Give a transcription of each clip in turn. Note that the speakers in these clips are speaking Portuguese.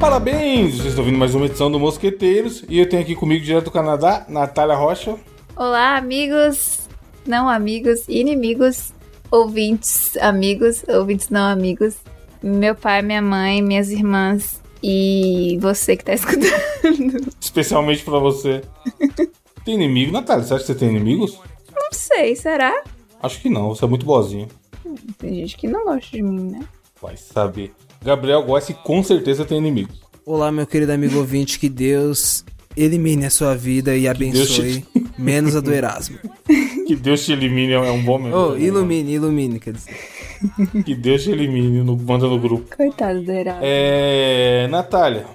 Parabéns! Vocês estão ouvindo mais uma edição do Mosqueteiros e eu tenho aqui comigo, direto do Canadá, Natália Rocha. Olá, amigos, não amigos, inimigos, ouvintes, amigos, ouvintes não amigos, meu pai, minha mãe, minhas irmãs e você que tá escutando. Especialmente pra você. Tem inimigo, Natália? Você acha que você tem inimigos? Não sei, será? Acho que não, você é muito boazinha. Tem gente que não gosta de mim, né? Vai saber. Gabriel Gossi com certeza tem inimigos. Olá, meu querido amigo ouvinte, que Deus elimine a sua vida e abençoe, menos a do Erasmo. Que Deus te elimine é um bom mesmo. Oh, ilumine, ilumine, quer dizer. Que Deus te elimine, no, manda no grupo. Coitado do Heraldo. É. Natália.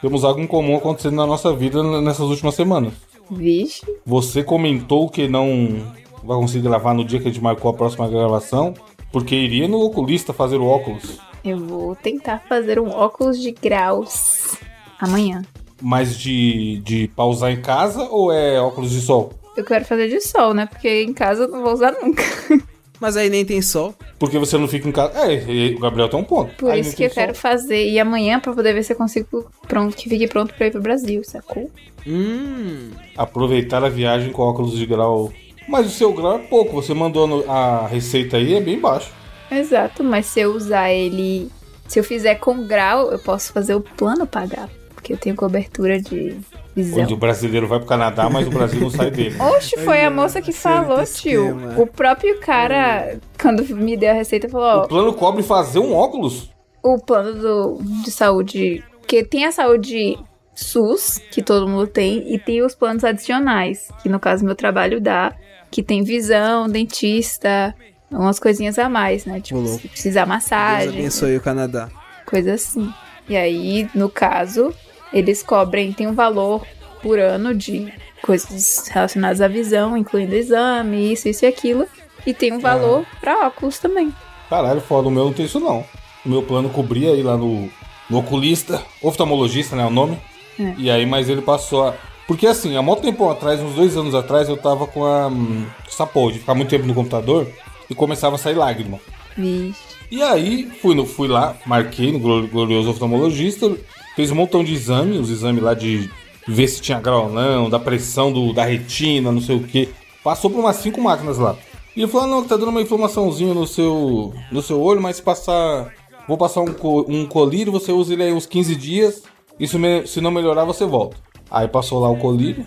Temos algo em comum acontecendo na nossa vida n- nessas últimas semanas. Vixe, Você comentou que não vai conseguir gravar no dia que a gente marcou a próxima gravação, porque iria no oculista fazer o óculos. eu vou tentar fazer um óculos de graus amanhã. Mas de, de pausar em casa ou é óculos de sol? Eu quero fazer de sol, né? Porque em casa eu não vou usar nunca. Mas aí nem tem sol. Porque você não fica em casa. É, e- o Gabriel tem um ponto. Por Aí isso não que tem eu quero sol. fazer. E amanhã, pra poder ver se eu consigo pronto, que fique pronto pra ir pro Brasil, sacou? Hum. aproveitar a viagem com óculos de grau. Mas o seu grau é pouco, você mandou no- a receita aí, é bem baixo. Exato, mas se eu usar ele. Se eu fizer com grau, eu posso fazer o plano pagar. Porque eu tenho cobertura de visão. Onde o brasileiro vai pro Canadá, mas o Brasil não sai dele. Oxe, foi Olha, a moça que acerta falou, esse tio. esquema. É. O próprio cara, quando me deu a receita, O falou: plano cobre fazer um óculos? ó, o plano do, de saúde. Porque tem a saúde SUS, que todo mundo tem, e tem os planos adicionais, que no caso meu trabalho dá, que tem visão, dentista, umas coisinhas a mais, né? Tipo, Ô, louco. se precisar Deus massagem, abençoe o Canadá. coisa assim. E aí, no caso, eles cobrem, tem um valor por ano de coisas relacionadas à visão, incluindo exame, isso, isso e aquilo. E tem Ah. um valor pra óculos também. Caralho, foda, o meu não tem isso não. O meu plano cobria ir lá no, no oculista, oftalmologista, né, o nome. É. E aí, mas ele passou a... Porque assim, há muito tempo atrás, uns dois anos atrás, eu tava com a hum, sapô, de ficar muito tempo no computador e começava a sair lágrima. Vixe. E aí, fui, no, fui lá, marquei no glor- glorioso oftalmologista, fez um montão de exame, os exames lá de ver se tinha grau ou não, da pressão do, da retina, não sei o quê. Passou por umas cinco máquinas lá. E ele falou, ah, não, que tá dando uma inflamaçãozinha no seu, no seu olho, mas se passar... Vou passar um, co- um colírio, você usa ele aí uns 15 dias, isso me- se não melhorar, você volta. Aí passou lá o colírio,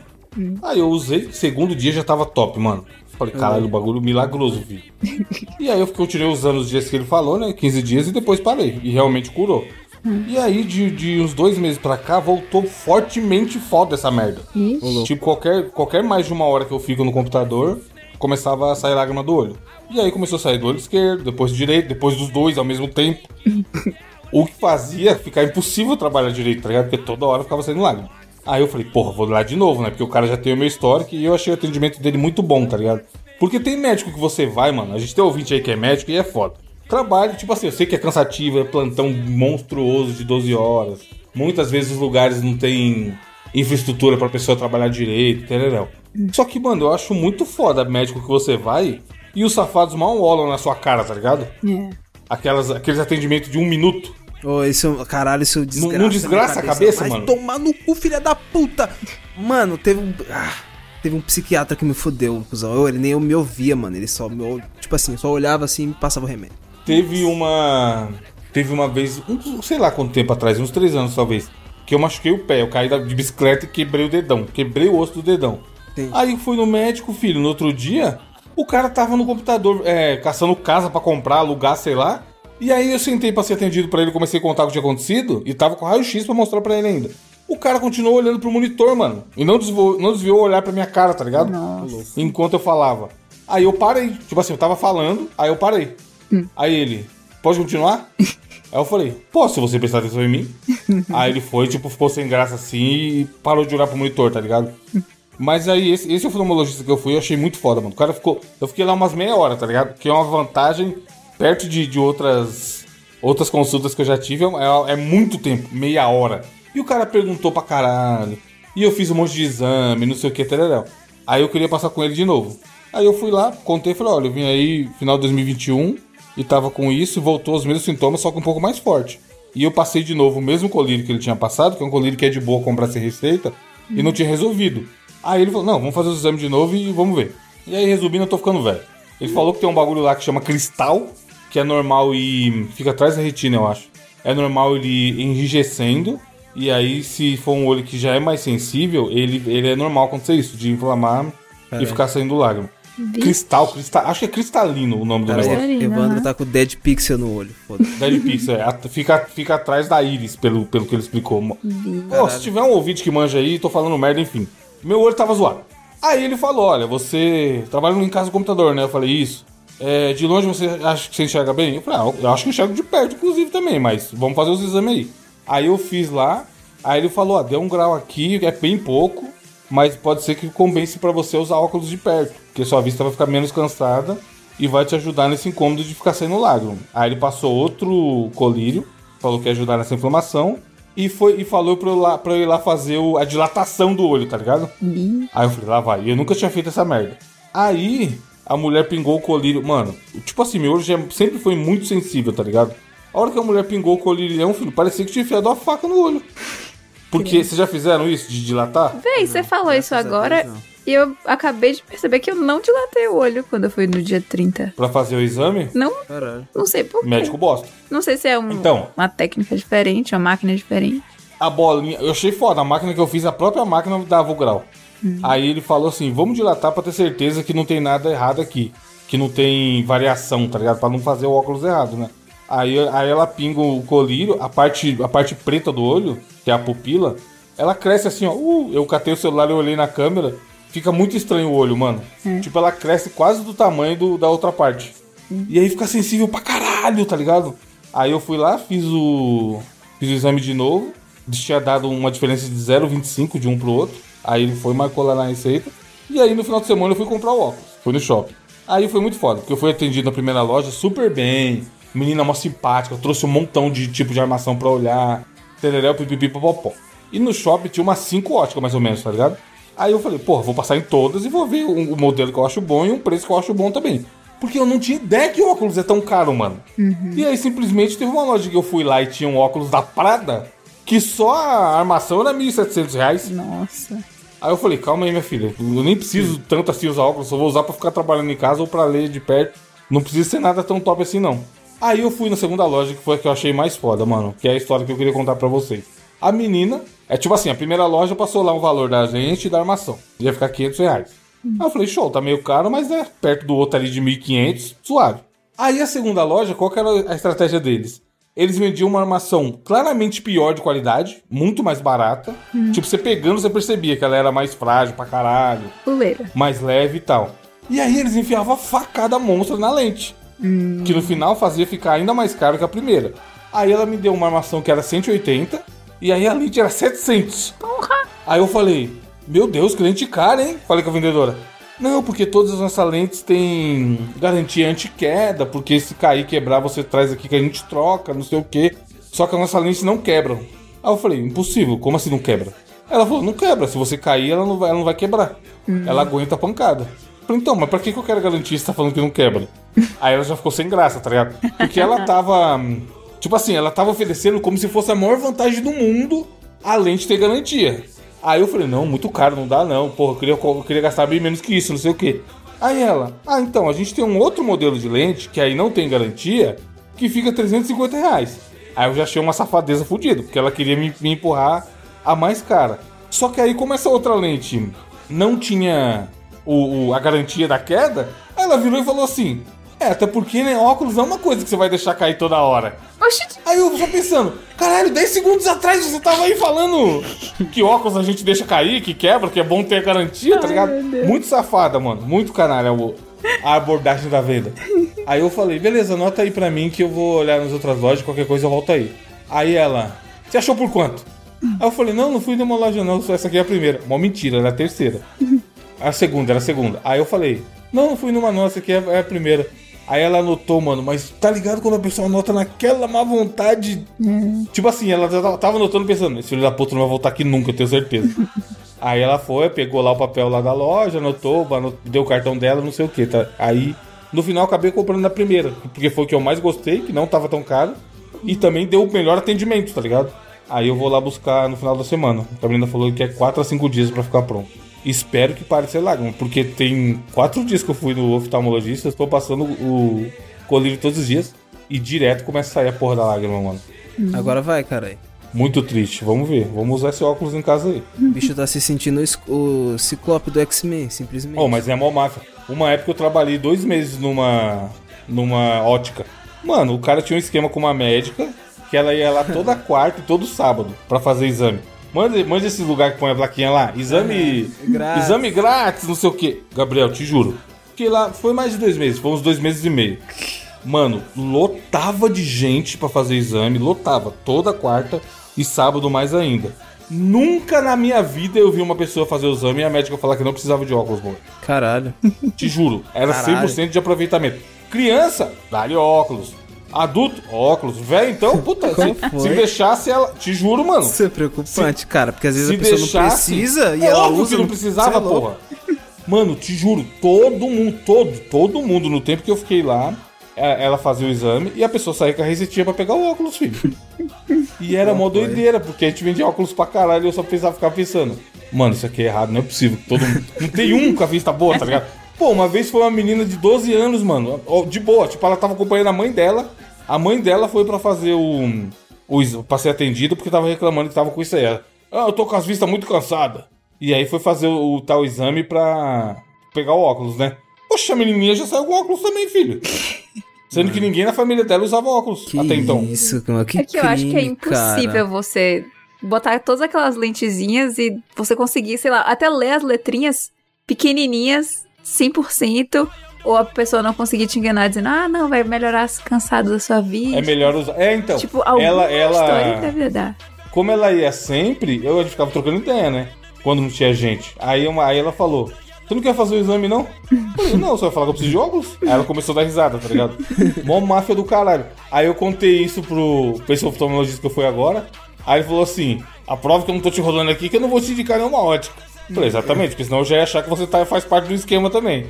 aí eu usei, segundo dia já tava top, mano. Falei, caralho, o bagulho milagroso, filho. E aí eu fiquei, eu tirei usando os dias que ele falou, né? 15 dias e depois parei. E realmente curou. E aí, de, de uns dois meses pra cá, voltou fortemente foda essa merda. Vixe. Tipo, qualquer, qualquer mais de uma hora que eu fico no computador, começava a sair lágrima do olho. E aí começou a sair do olho esquerdo, depois do direito, depois dos dois ao mesmo tempo. o que fazia ficar impossível trabalhar direito, tá ligado? Porque toda hora ficava saindo lágrima. Aí eu falei, porra, vou lá de novo, né? Porque o cara já tem o meu histórico e eu achei o atendimento dele muito bom, tá ligado? Porque tem médico que você vai, mano. A gente tem ouvinte aí que é médico e é foda. Trabalho, tipo assim, eu sei que é cansativo, é plantão monstruoso de 12 horas. Muitas vezes os lugares não têm infraestrutura pra pessoa trabalhar direito, entendeu? Só que, mano, eu acho muito foda médico que você vai e os safados mal olham na sua cara, tá ligado? É. Aquelas, aqueles atendimentos de um minuto. Oh, isso, caralho, isso desgraça. não desgraça minha a cabeça, Vai mano? tomar no cu, filha da puta. Mano, teve um... ah, teve um psiquiatra que me fodeu, cuzão. Eu, ele nem eu me ouvia, mano. Ele só me... ou- Tipo assim, só olhava assim e me passava o remédio. Teve uma. Teve uma vez, um- sei lá quanto tempo atrás, uns três anos talvez, que eu machuquei o pé. Eu caí da- de bicicleta e quebrei o dedão. Quebrei o osso do dedão. Entendi. Aí fui no médico, filho, no outro dia, o cara tava no computador, é, caçando casa pra comprar, alugar, sei lá. E aí eu sentei pra ser atendido pra ele, comecei a contar o que tinha acontecido e tava com raio-x pra mostrar pra ele ainda. O cara continuou olhando pro monitor, mano. E não desviou, não desviou o olhar pra minha cara, tá ligado? Nossa. Enquanto eu falava. Aí eu parei. Tipo assim, eu tava falando, aí eu parei. Aí ele, pode continuar? aí eu falei, posso se você prestar atenção em mim? aí ele foi, tipo, ficou sem graça assim e parou de olhar pro monitor, tá ligado? Mas aí, esse, esse oftalmologista que eu fui, eu achei muito foda, mano. O cara ficou. Eu fiquei lá umas meia hora, tá ligado? Que é uma vantagem perto de, de outras outras consultas que eu já tive. É, é muito tempo, meia hora. E o cara perguntou pra caralho. E eu fiz um monte de exame, não sei o que, tereréu. Aí eu queria passar com ele de novo. Aí eu fui lá, contei, falei, olha, eu vim aí final de 2021 e tava com isso, voltou os mesmos sintomas, só que um pouco mais forte. E eu passei de novo o mesmo colírio que ele tinha passado, que é um colírio que é de boa comprar sem receita, e não tinha resolvido. Aí ele falou: não, vamos fazer os exames de novo e vamos ver. E aí, resumindo, eu tô ficando velho. Ele falou que tem um bagulho lá que chama cristal, que é normal e fica atrás da retina, eu acho. É normal ele enrijecendo, e aí, se for um olho que já é mais sensível, ele, ele é normal acontecer isso, de inflamar e ficar saindo lágrima. Cristal, cristal, acho que é cristalino o nome do Cara, negócio. Marina, Evandro né? tá com Dead Pixel no olho. Foda-se. Dead Pixel, é, at- fica, fica atrás da íris, pelo, pelo que ele explicou. Mo- Pô, se tiver um ouvinte que manja aí, tô falando merda, enfim. Meu olho tava zoado. Aí ele falou, olha, você trabalha em casa do computador, né? Eu falei, isso. É, de longe você acha que você enxerga bem? Eu falei, ah, eu acho que enxergo de perto, inclusive, também, mas vamos fazer os exames aí. Aí eu fiz lá, aí ele falou, ah, deu um grau aqui, é bem pouco, mas pode ser que compense pra você usar óculos de perto, porque sua vista vai ficar menos cansada e vai te ajudar nesse incômodo de ficar saindo lágrima. Aí ele passou outro colírio, falou que ia ajudar nessa inflamação, e, foi, e falou pra eu, lá, pra eu ir lá fazer o- a dilatação do olho, tá ligado? Aí eu falei, lá vai. E eu nunca tinha feito essa merda. Aí a mulher pingou o colírio. Mano, tipo assim, meu olho já sempre foi muito sensível, tá ligado? A hora que a mulher pingou o colírio, é um filho, parecia que tinha enfiado uma faca no olho. Porque vocês já fizeram isso de dilatar? Véi, você falou isso graças a agora Deus, não. e eu acabei de perceber que eu não dilatei o olho quando eu fui no dia 30. Pra fazer o exame? Não, Caralho. não sei por quê. Médico bosta. Não sei se é um- Então. uma técnica diferente, uma máquina diferente. a bolinha. Eu achei foda. A máquina que eu fiz, a própria máquina dava o grau. Aí ele falou assim: vamos dilatar pra ter certeza que não tem nada errado aqui. Que não tem variação, tá ligado? Pra não fazer o óculos errado, né? Aí, aí ela pinga o colírio, a parte, a parte preta do olho, que é a pupila, ela cresce assim, ó. Uh, eu catei o celular e olhei na câmera. Fica muito estranho o olho, mano. Tipo, ela cresce quase do tamanho do- da outra parte. E aí fica sensível pra caralho, tá ligado? Aí eu fui lá, fiz o. Fiz o exame de novo. Tinha dado uma diferença de 0,25 de um pro outro. Aí ele foi, marcou lá na receita. E aí no final de semana eu fui comprar o óculos. Fui no shopping. Aí foi muito foda, porque eu fui atendido na primeira loja super bem. Menina mó simpática, trouxe um montão de tipo de armação pra olhar. Tereréu, pipipi, popopó. E no shopping tinha umas 5 óticas mais ou menos, tá ligado? Aí eu falei, porra, vou passar em todas e vou ver um, um modelo que eu acho bom e um preço que eu acho bom também. Porque eu não tinha ideia que óculos é tão caro, mano. E aí simplesmente teve uma loja que eu fui lá e tinha um óculos da Prada que só a armação era 1.700 reais. Nossa. Aí eu falei, calma aí, minha filha. Eu nem preciso tanto assim usar óculos, só vou usar pra ficar trabalhando em casa ou pra ler de perto. Não precisa ser nada tão top assim, não. Aí eu fui na segunda loja, que foi a que eu achei mais foda, mano. Que é a história que eu queria contar pra vocês. A menina, é tipo assim, a primeira loja passou lá um valor da gente e da armação. Ia ficar 500 reais. Aí eu falei, show, tá meio caro, mas é perto do outro ali de 1.500, suave. Aí a segunda loja, qual que era a estratégia deles? Eles vendiam uma armação claramente pior de qualidade, muito mais barata. Tipo, você pegando, você percebia que ela era mais frágil pra caralho, Puleira. mais leve e tal. E aí eles enfiavam a facada monstra na lente. Que no final fazia ficar ainda mais caro que a primeira. Aí ela me deu uma armação que era 180, e aí a lente era 700. Aí eu falei, meu Deus, que lente cara, hein? Falei com a vendedora. Não, porque todas as nossas lentes têm garantia anti-queda, porque se cair, quebrar, você traz aqui que a gente troca, não sei o quê. Só que as nossas lentes não quebram. Aí eu falei, impossível, como assim não quebra? Ela falou, não quebra, se você cair, ela não vai, ela não vai quebrar. Ela aguenta a pancada. Eu Falei, então, mas pra que, que eu quero garantir se tá falando que não quebra? Aí ela já ficou sem graça, tá ligado? Porque ela tava. hum, Tipo assim, ela tava oferecendo como se fosse a maior vantagem do mundo, além de ter garantia. Aí eu falei, não, muito caro, não dá não. Porra, eu queria, eu queria gastar bem menos que isso, não sei o quê. Aí ela, ah, então, a gente tem um outro modelo de lente, que aí não tem garantia, que fica 350 reais. Aí eu já achei uma safadeza fodida, porque ela queria me, me empurrar a mais cara. Só que aí, como essa outra lente não tinha o, o- a garantia da queda, aí ela virou e falou assim, é, até porque né, óculos não é uma coisa que você vai deixar cair toda hora. Oxi, Aí eu só pensando, caralho, 10 segundos atrás você tava aí falando que óculos a gente deixa cair, que quebra, que é bom ter a garantia, tá Ai, ligado? meu Deus. Muito safada, mano. Muito canalha o- a abordagem da venda. Aí eu falei, beleza, anota aí pra mim que eu vou olhar nas outras lojas, qualquer coisa eu volto aí. Aí ela, você achou por quanto? Aí eu falei, não, não fui numa loja não, essa aqui é a primeira. Mó mentira, era a terceira. A segunda, era a segunda. Aí eu falei, não, não fui numa nossa, que é é a primeira. Aí ela anotou, mano, mas tá ligado quando a pessoa anota naquela má vontade? Tipo assim, ela já tava- tava anotando pensando, esse filho da puta não vai voltar aqui nunca, eu tenho certeza. Aí ela foi, pegou lá o papel lá da loja, anotou, ano- deu o cartão dela, não sei o que, tá? Aí, no final, acabei comprando na primeira, porque foi o que eu mais gostei, que não tava tão caro. e também deu o melhor atendimento, tá ligado? Aí eu vou lá buscar no final da semana. A menina falou que é 4 a 5 dias pra ficar pronto. Espero que pare de ser lágrima, porque tem 4 dias que eu fui no oftalmologista, eu estou passando o colírio todos os dias e direto começa a sair a porra da lágrima, mano. Agora vai, caralho. Muito triste, vamos ver. Vamos usar esse óculos em casa aí. O bicho tá se sentindo o es- o ciclope do X-Men, simplesmente. Oh, mas é mó máfia. Uma época eu trabalhei dois meses numa, numa ótica. Mano, o cara tinha um esquema com uma médica que ela ia lá toda quarta e todo sábado pra fazer exame. Manda, manda esse lugar que põe a plaquinha lá. Exame. grátis. Exame grátis, não sei o quê. Gabriel, te juro. Fiquei lá, foi mais de dois meses, foi uns dois meses e meio. Mano, lotava de gente pra fazer exame, lotava toda quarta e sábado mais ainda. Nunca na minha vida eu vi uma pessoa fazer o exame e a médica falar que não precisava de óculos, mano. Caralho. Te juro, era Caralho. 100% de aproveitamento. Criança, dá-lhe óculos. Adulto, óculos. Velho, então, puta, Qual se, foi? se deixasse ela. Te juro, mano. Isso é preocupante, cara, porque às vezes se a pessoa não deixasse. precisa e é ela óbvio usa. que não Cê é precisava, louco. porra. Mano, te juro, todo mundo, todo, todo mundo, no tempo que eu fiquei lá, é, ela fazia o exame e a pessoa saía com a receitinha pra pegar o óculos, filho. E era mó doideira, porque a gente vendia óculos pra caralho e eu só pensava, ficava pensando, mano, isso aqui é errado, não é possível. que Todo mundo. Não tem um com a vista boa, tá ligado? Pô, uma vez foi uma menina de 12 anos, mano, ó, de boa, tipo, ela tava acompanhando a mãe dela, a mãe dela foi pra fazer o. o ex- pra ser atendida porque tava reclamando que tava com isso aí. Ela, ah, eu tô com as vistas muito cansada. E aí foi fazer o, o tal exame pra pegar o óculos, né? Poxa, a menininha já saiu com óculos também, filho. Sendo que ninguém na família dela usava óculos Que até então. Isso, cara, que é que eu acho que é crime, cara. impossível você botar todas aquelas lentezinhas e você conseguir, sei lá, até ler as letrinhas pequenininhas, 100%, ou a pessoa não conseguir te enganar dizendo, ah, não, vai melhorar as cansado da sua vida. É melhor usar. É, então. Tipo, alguma ela, história ela, deve dar. como ela ia sempre, eu ficava trocando ideia, né? Quando não tinha gente. Aí, uma, aí ela falou: Tu não quer fazer o exame, não? Eu falei, não, você vai falar que eu preciso de óculos? Aí ela começou a dar risada, tá ligado? Mó máfia do caralho. Aí eu contei isso pro pessoal oftalmologista que eu fui agora. Aí ele falou assim: A prova que eu não tô te rodando aqui, é que eu não vou te indicar nenhuma ótica. Eu Falei, exatamente, porque senão eu já ia achar que você tá, faz parte do esquema também.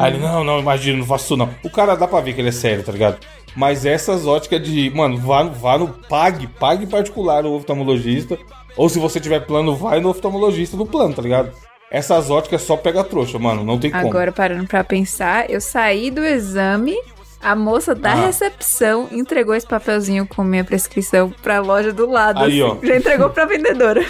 Aí ele, não, não, imagina, não faço isso não. O cara dá pra ver que ele é sério, tá ligado? Mas essas óticas de, mano, vá, vá no, pague, pague particular o oftalmologista. Ou se você tiver plano, vai no oftalmologista do plano, tá ligado? Essas óticas só pega trouxa, mano, não tem como. Agora, parando pra pensar, eu saí do exame, a moça da Ah. recepção entregou esse papelzinho com minha prescrição pra loja do lado. assim. Aí, ó. Já entregou pra vendedora.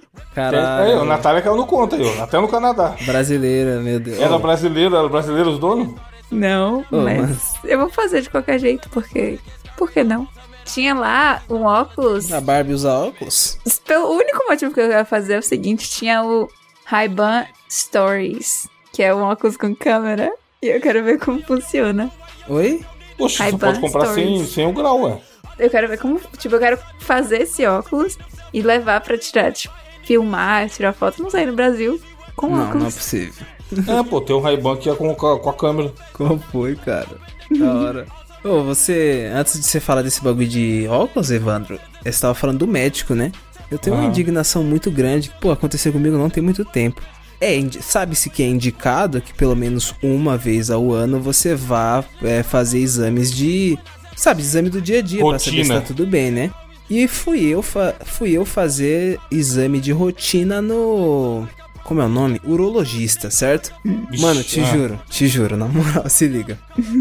Aí, ó, a Caralho. É, Natália caiu no conta aí, ó, até no Canadá. Brasileira, meu Deus. Era brasileiro, era brasileiro os donos? Não, Oh, mas mas- eu vou fazer de qualquer jeito, porque. Por que não? Tinha lá um óculos. A Barbie usa óculos? Pelo- O único motivo que eu ia fazer é o seguinte: tinha o Ray-Ban Stories, que é um óculos com câmera. E eu quero ver como funciona. Oi? Poxa, você Ray-Ban pode comprar sem, Stories. sem um grau, ué. Eu quero ver como. Tipo, eu quero fazer esse óculos e levar pra tirar, tipo, filmar, tirar foto, não sei, no Brasil, com Não, não é Um óculos. possível. É, pô, tem um Ray-Ban aqui com, com a câmera. Qual foi, cara? Da hora. Ô, você. Antes de você falar desse bagulho de óculos, Evandro, você tava falando do médico, né? Eu tenho uma Aham. indignação muito grande que, pô, aconteceu comigo não tem muito tempo. É, indi- sabe-se que é indicado que pelo menos uma vez ao ano você vá é, fazer exames de. Sabe, exame do dia a dia, pra saber se Rotina. tá tudo bem, né? E fui eu, fa- fui eu fazer exame de rotina no. Como é o nome? Urologista, certo? Ixi, Mano, te ah. juro, te juro, na moral, se liga.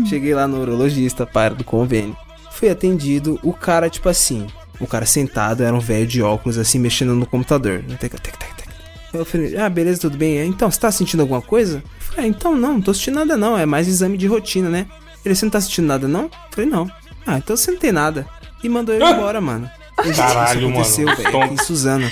Cheguei lá no urologista, para do convênio. Fui atendido, o cara, tipo assim, o cara sentado, era um velho de óculos, assim, mexendo no computador. Tec, tec, tec, tec. Eu falei, ah, beleza, tudo bem. Então, você tá sentindo alguma coisa? Eu falei, ah, então não, não tô sentindo nada não, é mais exame de rotina, né? Ele, você não tá sentindo nada não? Eu falei, não. Ah, então você não tem nada. E mandou eu embora, mano. Gente, Caralho, mano. Isso aconteceu, velho, aqui em Suzano.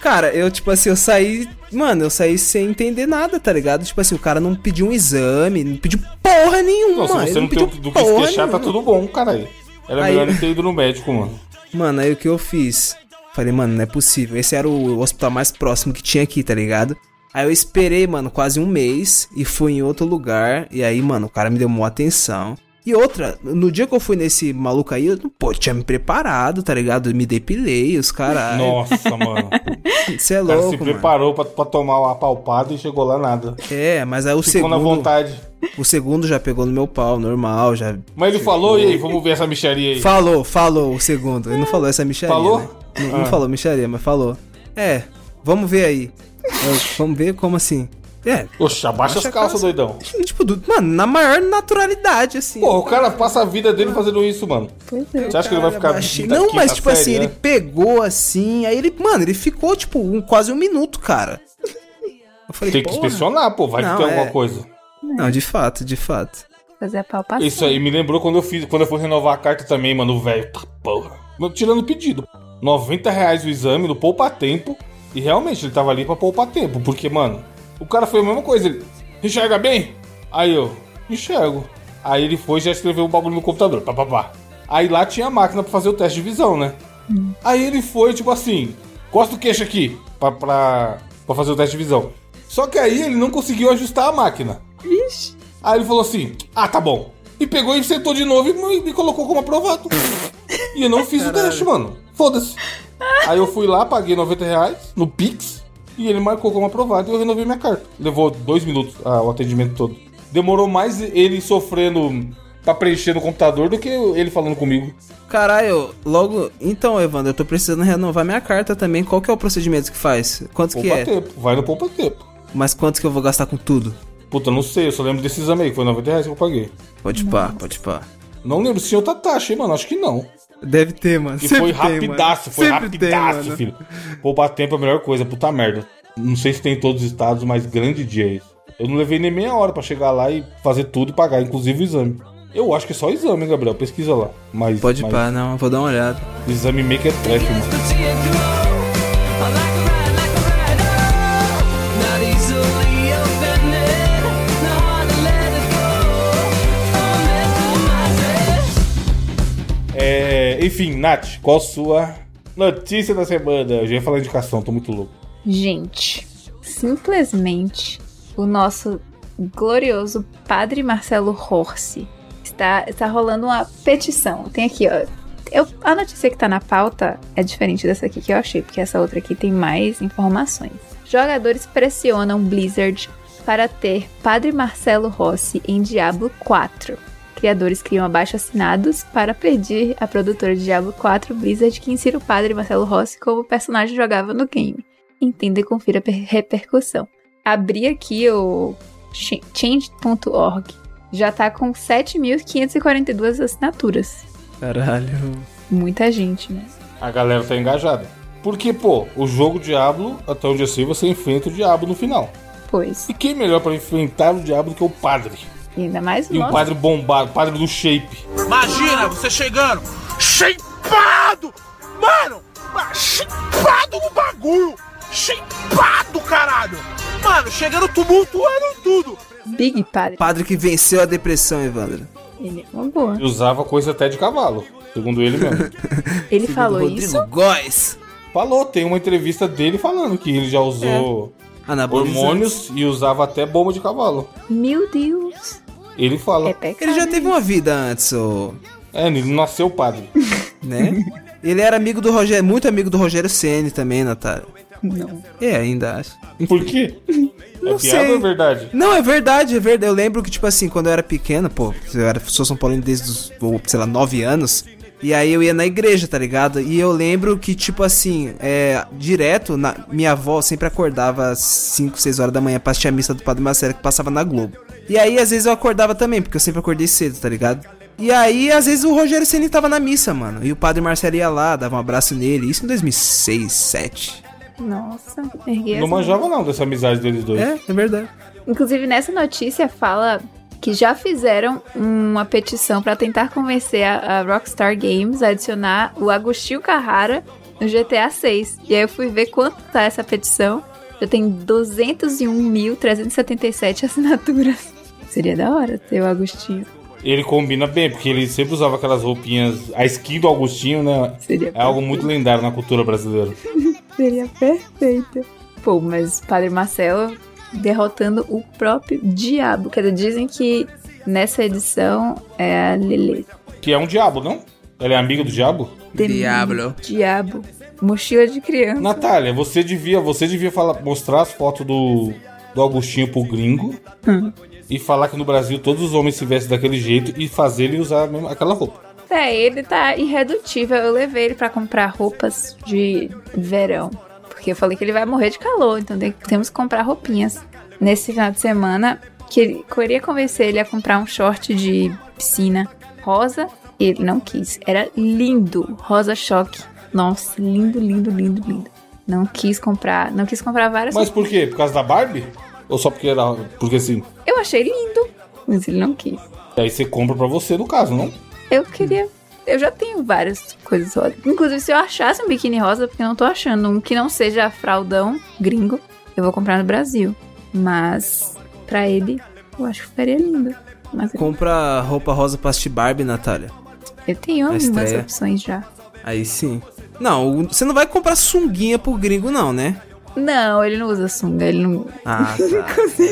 Cara, eu, tipo assim, eu saí. Mano, eu saí sem entender nada, tá ligado? Tipo assim, o cara não pediu um exame, não pediu porra nenhuma. Não, se ele você não tem pediu o que- do que se porra queixar, tá nenhuma. tudo bom, caralho. Era Aí- melhor ele ter ido no médico, mano. Mano, aí o que eu fiz? Falei, mano, não é possível. Esse era o hospital mais próximo que tinha aqui, tá ligado? Aí eu esperei, mano, quase um mês e fui em outro lugar. E aí, mano, o cara me deu maior atenção. E outra, no dia que eu fui nesse maluco aí, eu, pô, tinha me preparado, tá ligado? Eu me depilei, os caras. Nossa, mano. Você é O cara louco, se mano. preparou pra, pra tomar o apalpado e chegou lá nada. É, mas aí o Ficou na segundo. vontade. O segundo já pegou no meu pau, normal, já. Mas ele falou, e aí, vamos ver essa micharia aí. Falou, falou o segundo. Ele não falou essa micharia. Falou? né? Não, não Ah. falou micharia, mas falou. É, vamos ver aí. Eu, vamos ver como assim. É, Oxe, abaixa as Abaixa calças, a calça. doidão. tipo, do- mano, na maior naturalidade, assim. Porra, o cara passa a vida dele fazendo isso, mano. Pois é. Você acha que ele vai ficar. Então, Achei- quinta- Não, quinta mas tipo série, assim, né? ele pegou assim, aí ele, mano, ele ficou tipo um- quase um minuto, cara. Eu falei, Tem que porra. inspecionar, pô, vai Não, que tem alguma é. coisa. Não, de fato, de fato. Fazer a palpação. Isso aí me lembrou quando eu fiz, quando eu fui renovar a carta também, mano, o velho, tá porra. Mas Tirando o pedido. 90 reais o exame do poupa tempo. E realmente ele tava ali pra poupar tempo, porque, mano, o cara foi a mesma coisa. Ele enxerga bem? Aí eu, enxergo. Aí ele foi e já escreveu o bagulho no computador, papapá. Aí lá tinha a máquina pra fazer o teste de visão, né? Aí ele foi, tipo assim, gosta do queixo aqui, pra, pra, pra fazer o teste de visão. Só que aí ele não conseguiu ajustar a máquina. Ixi. Aí ele falou assim: Ah, tá bom. E pegou e sentou de novo e me, me colocou como aprovado. e eu não fiz o teste, mano. Foda-se. Aí eu fui lá, paguei 90 reais no Pix e ele marcou como aprovado e eu renovei minha carta. Levou dois minutos ah, o atendimento todo. Demorou mais ele sofrendo pra preencher no computador do que ele falando comigo. Caralho, logo. Então, Evandro, eu tô precisando renovar minha carta também. Qual que é o procedimento que faz? Quanto que Poupa é? tempo, vai no poupa tempo. Mas quanto que eu vou gastar com tudo? Puta, não sei, eu só lembro desse exame aí, que foi 90 reais que eu paguei. Pode pá, pode pá. Não lembro se tinha outra taxa, hein, mano? Acho que não. Deve ter, mano. E foi rapidaço, foi rapidaço, filho. Poupar tempo é a melhor coisa, puta merda. Não sei se tem em todos os estados, mas grande dia é isso. Eu não levei nem meia hora pra chegar lá e fazer tudo e pagar, inclusive o exame. Eu acho que é só exame, hein, Gabriel? Pesquisa lá. Mas, Pode mas pá, não, eu vou dar uma olhada. exame meio que é trash, mano. É, enfim, Nath, qual sua notícia da semana? Eu já ia falar indicação, tô muito louco. Gente, simplesmente o nosso glorioso padre Marcelo Horse está, está rolando uma petição. Tem aqui, ó. Eu- a notícia que tá na pauta é diferente dessa aqui que eu achei, porque essa outra aqui tem mais informações. Jogadores pressionam Blizzard para ter Padre Marcelo Rossi em Diablo 4. Criadores criam abaixo-assinados para pedir à produtora de Diablo 4 Blizzard que insira o Padre Marcelo Rossi como personagem jogável no game entenda e confira a per- repercussão. Abri aqui o ch- change.org. Já tá com 7.542 assinaturas. Caralho. Muita gente, né? A galera tá engajada. Porque, pô, o jogo Diablo, até onde eu sei, você enfrenta o Diabo no final. Pois. E quem é melhor pra enfrentar o Diabo do que é o padre? E ainda mais E um o nós. padre bombado, padre do shape. Imagina você chegando, shapeado! Mano, ma- shapeado no bagulho! Shapeado, caralho! Mano, chegando tumultuando tudo! Big Padre. Padre que venceu a depressão, Evandro. Ele é uma boa. E usava coisa até de cavalo, segundo ele mesmo. Ele falou Rodrigo isso. Góes. Falou, tem uma entrevista dele falando que ele já usou Anabolizantes. hormônios e usava até bomba de cavalo. Meu Deus. Ele fala. É É, pecado. Ele já teve uma vida antes, ô, ele não nasceu padre. né? ele era amigo do Rogério, muito amigo do Rogério Ceni também, Natália. Não. É, ainda acho. Por quê? Não é piada sei. ou é verdade? Não, é verdade, é verdade. Eu lembro que, tipo assim, quando eu era pequena, pô, eu era, sou São Paulino desde os, ou, sei lá, 9 anos. E aí eu ia na igreja, tá ligado? E eu lembro que, tipo assim, é, direto, na- minha avó sempre acordava às 5, 6 horas da manhã pra assistir a missa do Padre Marcelo que passava na Globo. E aí, às vezes, eu acordava também, porque eu sempre acordei cedo, tá ligado? E aí, às vezes, o Rogério Ceni tava na missa, mano. E o Padre Marcelo ia lá, dava um abraço nele. Isso em 2006, 2007. Nossa. Erguei Não as manjava não dessa amizade deles dois. É, é verdade. Inclusive, nessa notícia fala que já fizeram uma petição para tentar convencer a, a Rockstar Games a adicionar o Agostinho Carrara no GTA 6. E aí eu fui ver quanto tá essa petição. Já tem 201.377 assinaturas. Seria da hora ter o Agostinho. Ele combina bem, porque ele sempre usava aquelas roupinhas... A skin do Agostinho, né? Seria É algo muito lendário na cultura brasileira. Seria perfeita. Pô, mas Padre Marcelo derrotando o próprio diabo. Quer dizer, dizem que Nessa edição é a Lilith. Que é um diabo, não? Ela é amiga do diabo? Diablo. Diabo. Mochila de criança. Natália, você devia, você devia falar, mostrar as fotos do, do Augustinho pro gringo Hum. e falar que no Brasil todos os homens se vestem daquele jeito e fazer ele usar a mesma- aquela roupa. É, ele tá irredutível. Eu levei ele pra comprar roupas de verão. Porque eu falei que ele vai morrer de calor, então tem- temos que comprar roupinhas. Nesse final de semana, que ele- que eu iria convencer ele a comprar um short de piscina rosa. E ele não quis. Era lindo. Rosa choque. Nossa, lindo, lindo, lindo, lindo. Não quis comprar. Não quis comprar várias Mas por quê? Por causa da Barbie? Ou só porque era. Porque assim. Eu achei lindo, mas ele não quis. Aí você compra pra você, no caso, não? Eu queria. Eu já tenho várias coisas rosa. Inclusive, se eu achasse um biquíni rosa, porque eu não tô achando um que não seja fraldão gringo, eu vou comprar no Brasil. Mas, pra ele, eu acho que ficaria lindo. Mas Compra roupa rosa pra assistir Barbie, Natália. eu tenho A algumas estreia. opções já. Aí sim. Não, o- você não vai comprar sunguinha pro gringo, não, né? Não, ele não usa sunga, ele não. Ah, tá.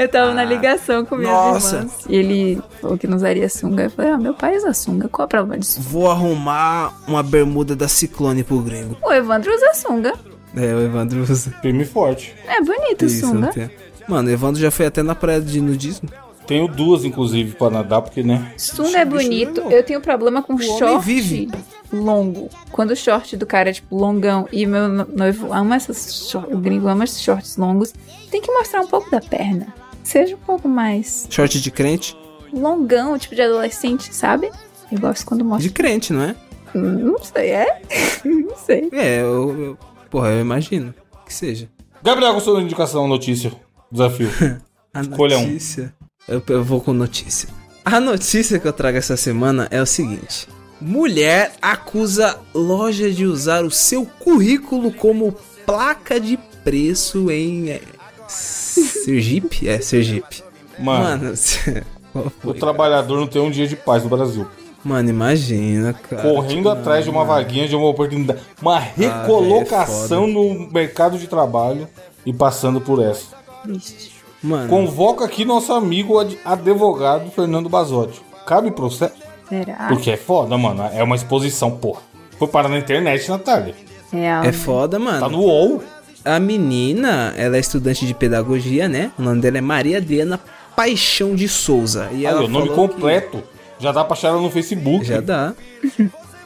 Eu tava na Ah. ligação com minhas Nossa. irmãs. E ele falou que não usaria sunga. Eu falei, ah, meu pai usa sunga, qual a problema disso? Vou arrumar uma bermuda da Ciclone pro gringo. O Evandro usa sunga. É, o Evandro usa. Firme e forte. É bonito sunga. não tem. Mano, o Evandro já foi até na praia de nudismo. Tenho duas, inclusive, pra nadar, porque, né? Sunga é Bicho, bicho bonito. não. Eu tenho problema com homem short vive. longo. Quando o short do cara é tipo longão e meu no- noivo ama essas shorts, o gringo ama esses shorts longos, tem que mostrar um pouco da perna. Seja um pouco mais Short de crente? longão, tipo de adolescente, sabe? Eu gosto quando mostra. De crente, não é? Hum, Não sei, é? não sei. É, eu, eu- Porra, eu imagino que seja. Gabriel, qual a sua indicação, notícia? Desafio. A Escolha um. notícia. Eu, eu vou com notícia. A notícia que eu trago essa semana é o seguinte: mulher acusa loja de usar o seu currículo como placa de preço em é, Sergipe? É, Sergipe. Mano, Mano, qual o foi? trabalhador não tem um dia de paz no Brasil. mano, imagina, cara. correndo Tipo, atrás de uma vaguinha, de uma oportunidade. Uma Ah, é recolocação no mercado de trabalho e passando por essa. Triste. Mano, Convoca aqui nosso amigo ad- advogado Fernando Basotti. Cabe processo? Será? Porque é foda, mano. É uma exposição, porra. Foi parar na internet, Natália. Real. é foda, mano. Tá no UOL. A menina, ela é estudante de pedagogia, né? O nome dela é Maria Adriana Paixão de Souza. Aí, E ela o nome falou completo. Já dá pra achar ela no Facebook. que- Já dá.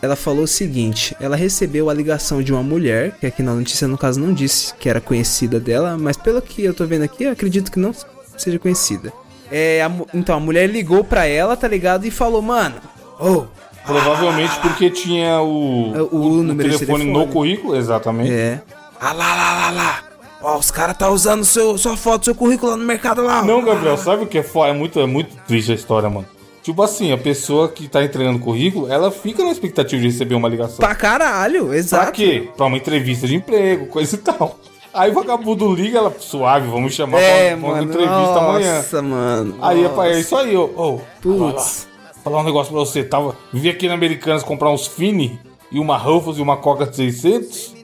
ela falou o seguinte: ela recebeu a ligação de uma mulher, que aqui na notícia, no caso, não disse que era conhecida dela, mas pelo que eu tô vendo aqui, eu acredito que não seja conhecida. É, a mu- então, a mulher ligou pra ela, tá ligado? E falou, mano, ô. Provavelmente porque tinha o, É, o número de telefone no telefone. currículo. Exatamente. É. Ah lá, lá, lá, lá. Ó, os caras tá usando seu, sua foto, seu currículo lá no mercado lá. ó. Não, Gabriel, sabe o que é foda? É muito, é muito triste a história, mano. Tipo assim, a pessoa que tá entregando currículo, ela fica na expectativa de receber uma ligação. Pra caralho, pra exato. quê? Pra uma entrevista de emprego, coisa e tal. Aí o vagabundo liga, ela, suave, vamos chamar pra, pra uma entrevista amanhã. É, Nossa, mano. Aí é, nossa. pra- é isso aí, ô. ô, Putz. Falar, falar um negócio pra você. Tava, vim aqui na Americanas comprar uns Fini e uma Ruffles e uma Coca 600.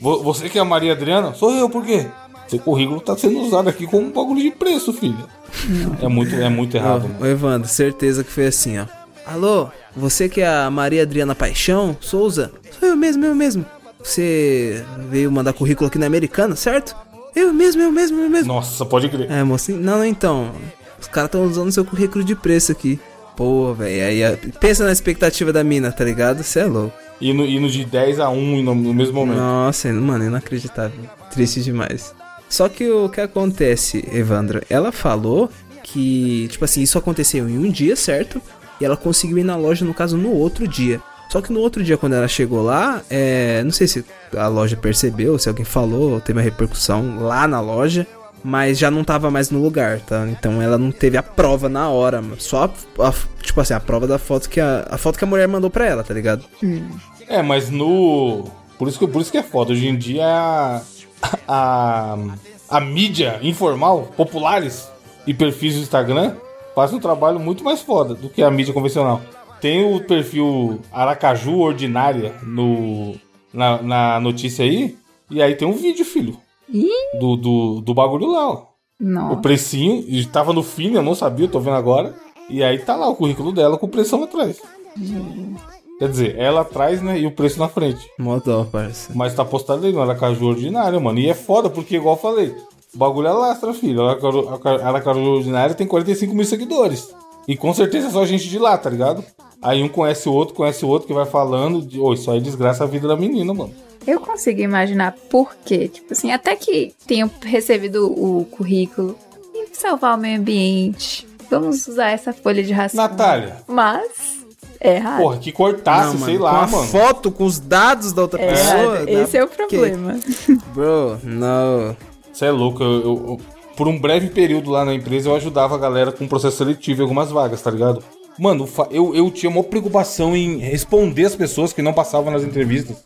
Vo- Você que é a Maria Adriana? Sou eu, por quê? Seu currículo tá sendo usado aqui como um bagulho de preço, filha. É muito, é muito errado, mano. Ó, Ô, Evandro, certeza que foi assim, ó. Alô, você que é a Maria Adriana Paixão Souza? Sou eu mesmo, eu mesmo. Você veio mandar currículo aqui na Americana, certo? Eu mesmo, eu mesmo, eu mesmo. Nossa, pode crer. É, mocinho. Não, não, então. Os caras estão usando seu currículo de preço aqui. Pô, velho, aí a- pensa na expectativa da mina, tá ligado? Você é louco. E no, e no de 10 a 1 no, no mesmo momento. Nossa, mano, inacreditável. Triste demais. Só que o que acontece, Evandro? Ela falou que, tipo assim, isso aconteceu em um dia, certo? E ela conseguiu ir na loja, no caso, no outro dia. Só que no outro dia, quando ela chegou lá, é, não sei se a loja percebeu, se alguém falou, teve uma repercussão lá na loja, mas já não tava mais no lugar, tá? Então ela não teve a prova na hora, mano. só a, a- tipo assim, a prova da foto que a, a foto que a mulher mandou pra ela, tá ligado? É, mas no. Por isso, que, por isso que é foda. Hoje em dia a, a, a mídia informal, populares e perfis do Instagram fazem um trabalho muito mais foda do que a mídia convencional. Tem o perfil Aracaju Ordinária no, na, na notícia aí. E aí tem um vídeo, filho. Ih. Do, do, do bagulho lá, ó. O Nossa. precinho, e tava no fim, eu não sabia, eu tô vendo agora. E aí tá lá o currículo dela com o preço lá atrás. Quer dizer, ela atrás, né? E o preço na frente. Mó dó, parça. Mas tá postado ali no Aracaju Ordinário, mano. E é foda, porque igual eu falei, o bagulho é lastra, filho. Aracaju, Aracaju é Ordinário tem 45 mil seguidores. E com certeza é só gente de lá, tá ligado? Aí um conhece o outro, conhece o outro que vai falando. De, Ô, isso aí é desgraça a vida da menina, mano. Eu consigo imaginar por quê. Tipo assim, até que tenho recebido o currículo e salvar o meio ambiente. Vamos usar essa folha de racismo. Natália. Mas é errado. Porra, que cortasse, sei com lá, a mano. foto, com os dados da outra é pessoa. errado. dá- Esse é o que- problema. Bro, não. Você é louco, eu, eu- eu- por um breve período lá na empresa eu ajudava a galera com processo seletivo em algumas vagas, tá ligado? Mano, fa- eu, eu tinha uma preocupação em responder as pessoas que não passavam nas entrevistas.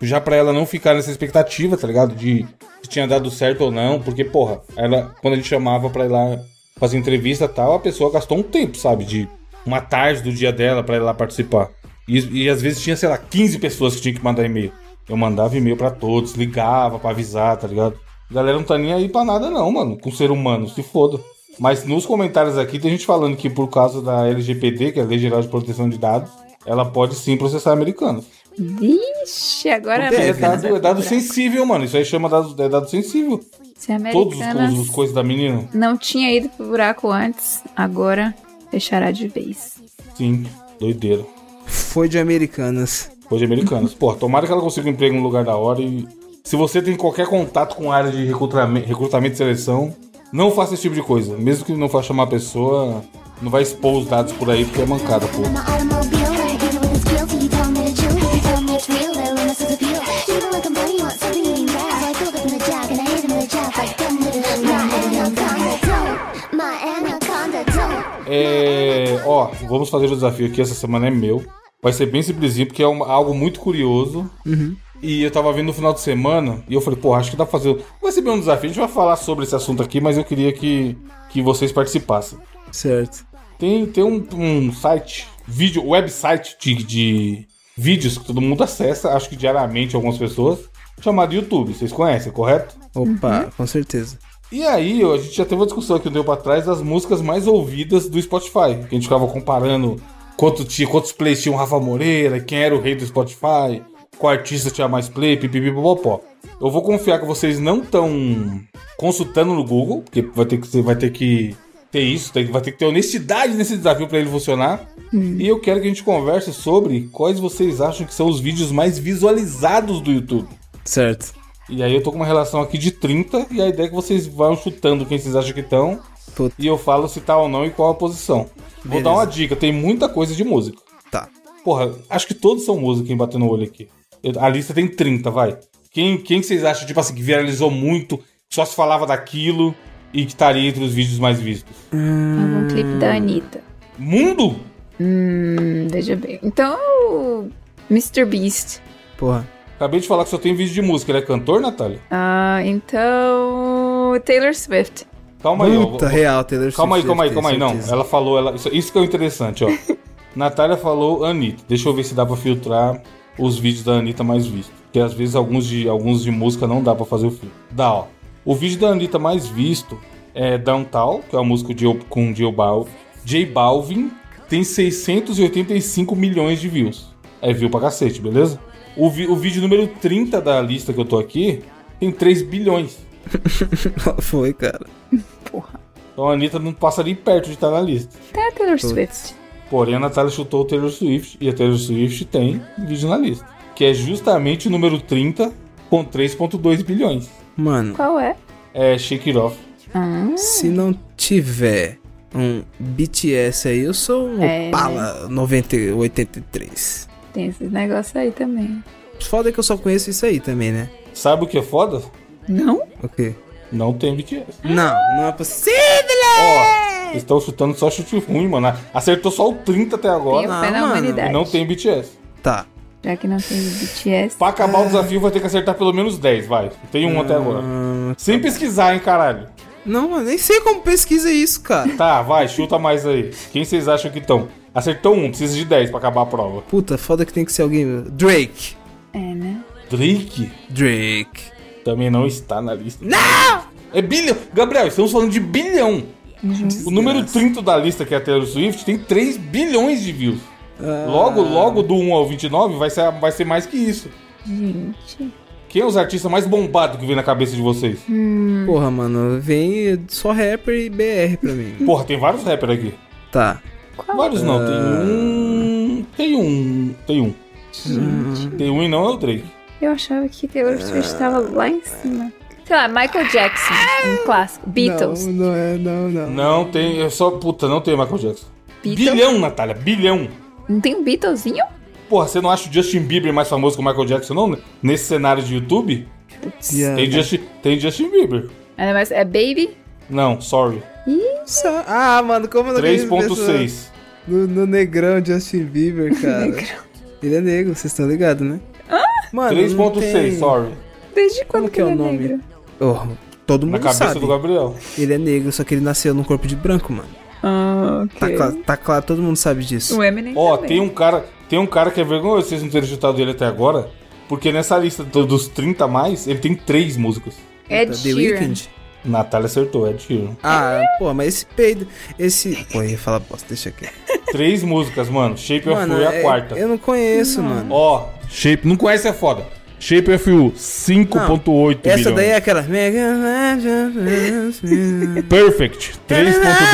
Já pra ela não ficar nessa expectativa, tá ligado? De se tinha dado certo ou não, porque, porra, ela, quando a gente chamava pra ir lá fazer entrevista e tal, a pessoa gastou um tempo, sabe? De uma tarde do dia dela pra ir lá participar. E, e às vezes tinha, sei lá, 15 pessoas que tinha que mandar e-mail. Eu mandava e-mail pra todos, ligava pra avisar, tá ligado? A galera não tá nem aí pra nada, não, mano. Com ser humano, se foda. Mas nos comentários aqui tem gente falando que por causa da LGPD, que é a Lei Geral de Proteção de Dados, ela pode sim processar americanos. Vixe, agora Porque é a Bruna dado, é vai dado procurar. sensível, mano. Isso aí chama dado, é dado sensível. Se a Todos os, É americana os, os coisas da menina. não tinha ido pro buraco antes, agora fechará de vez. Sim, doideira. Foi de Americanas. Foi de americanos. Porra, tomara que ela consiga um emprego em um lugar da hora e. Se você tem qualquer contato com a área de recrutamento, recrutamento e seleção, não faça esse tipo de coisa. Mesmo que não vá chamar a pessoa, não vai expor os dados por aí porque é mancada, pô. My automobile, I hit it with his grill till you tell me to chill. You tell me it's real, that limits his appeal. Even like a money, want something you ain't got. So I took it in the job and I hit him in the job like dum dum dum. My anaconda toe, my anaconda toe. É. Ó, vamos fazer o desafio aqui. Essa semana é meu. Vai ser bem simplesinho, porque é um- algo muito curioso. E eu tava vendo no final de semana e eu falei, pô, acho que dá pra fazer. Vai ser bem um desafio. A gente vai falar sobre esse assunto aqui, mas eu queria que, que vocês participassem. Certo. Tem, tem um, um site, vídeo, website de, de vídeos que todo mundo acessa, acho que diariamente algumas pessoas, chamado YouTube. Vocês conhecem, correto? Uhum. Opa, com certeza. E aí, ó, a gente já teve uma discussão aqui um tempo atrás das músicas mais ouvidas do Spotify. Que a gente ficava comparando quanto tinha, quantos plays tinha o Rafa Moreira, quem era o rei do Spotify, qual artista tinha mais play, pipipipopopó. Eu vou confiar que vocês não estão consultando no Google, porque vai ter que, ser- vai ter, que ter isso, tem- vai ter que ter honestidade nesse desafio para ele funcionar. E eu quero que a gente converse sobre quais vocês acham que são os vídeos mais visualizados do YouTube. Certo. E aí eu tô com uma relação aqui de 30 e a ideia é que vocês vão chutando quem vocês acham que estão Puta, e eu falo se tá ou não e qual a posição. Vou Beleza. dar uma dica, tem muita coisa de música. tá. Porra, acho que todos são música em bater no olho aqui. Eu- a lista tem 30, vai. Quem, quem que vocês acham, tipo assim, que viralizou muito, só se falava daquilo e que estaria entre os vídeos mais vistos? Algum clipe Hum. da Anitta. Mundo? Hum, veja bem. Então, o Mr. Beast. Porra. Acabei de falar que só tem vídeo de música. Ele é cantor, Natália? Ah, então, Taylor Swift. Calma aí, ó. Puta, real, Taylor Calma aí, Swift, calma aí, tenho calma aí. Não, certeza. ela falou, ela, isso, isso que é o interessante, ó. Natália falou Anitta. Deixa eu ver se dá pra filtrar os vídeos da Anitta mais vistos. Porque às vezes alguns de, alguns de música não dá pra fazer o filtro. Dá, ó. O vídeo da Anitta mais visto é Downtown, que é uma música de, com J Balvin. J Balvin tem 685 milhões de views. É view pra cacete, beleza? O, vi- o vídeo número 30 da lista que eu tô aqui tem 3 bilhões. Foi, cara. Porra. Então a Anitta não passa nem perto de estar na lista. Até a Taylor Swift. Porém, a Natália chutou o Taylor Swift e a Taylor Swift tem vídeo na lista, que é justamente o número 30 com 3.2 bilhões. Mano, Qual é? É Shake It Off. Ah, se não tiver um BTS aí, eu sou um É, né? Opala 90, 83. tem esses negócios aí também. Foda que eu só conheço isso aí também, né? Sabe o que é foda? Não? O quê? Não tem BTS. Não, não é possível! Ó, estão chutando só chute ruim, mano. Acertou só o 30 até Tem agora fé na mano, e humanidade. não tem BTS. Tá. Já que não tem BTS. Pra acabar o desafio, vai ter que acertar pelo menos 10, vai. Tem um até agora. Hum, Sem pesquisar, hein, caralho. não, eu nem sei como pesquisa isso, cara. Tá, vai, chuta mais aí. Quem vocês acham que estão? Acertou um, precisa de 10 pra acabar a prova. Puta, foda que tem que ser alguém. Drake. É, né? Drake? Drake. Também não está na lista. Não! É bilhão. Gabriel, estamos falando de bilhão. O número 30 da lista, que é a Taylor Swift, tem 3 bilhões de views. Logo, logo do 1 ao 29 vai ser, vai ser mais que isso. Gente. Quem é os artistas mais bombados que vem na cabeça de vocês? Porra, mano, vem só rapper e BR pra mim. Porra, tem vários rappers aqui. Tá. Vários não, tem um. Tem um. Tem um. Tem um e não é o Drake. Eu achava que Taylor Swift Ah. estava lá em cima. Sei lá, Michael Jackson, um clássico. Beatles. Não, não é, não, não. Não tem. Eu só. Puta, não tem Michael Jackson. Beatles? Bilhão, Natália, bilhão. Não tem um Beatlesinho? Porra, você não acha o Justin Bieber mais famoso que o Michael Jackson, não? Nesse cenário de YouTube? Yeah. Tem Justin, tem Justin Bieber. É, mas é Baby? Não, sorry. Só- Ah, mano, como eu não acredito nessa- 3.6. No, no negrão Justin Bieber, cara. Ele é negro, vocês estão ligados, né? Mano, não 3.6, tem- sorry. Desde quando Como que é o ele nome? negro? Oh, todo Na mundo cabeça sabe. do Gabriel. Ele é negro, só que ele nasceu num corpo de branco, mano. Ah, ok. Tá, cla- tá claro, todo mundo sabe disso. O Eminem Ó, também. tem um cara, tem um cara que é vergonhoso vocês não terem chutado ele até agora, porque nessa lista do- dos 30 a mais, ele tem três músicas. Ed The Sheeran. Weeknd? Natália acertou, é Ed Sheeran. Ah, pô, mas esse peido. Esse. Pô, eu ia falar bosta, deixa aqui. Três músicas, mano. Shape of Mano, You é a é- quarta. eu não conheço, mano. Ó, Shape, não conhece é foda. Shape of You, 5.8 Essa milhões. daí é aquela. Mega. Perfect, Ah.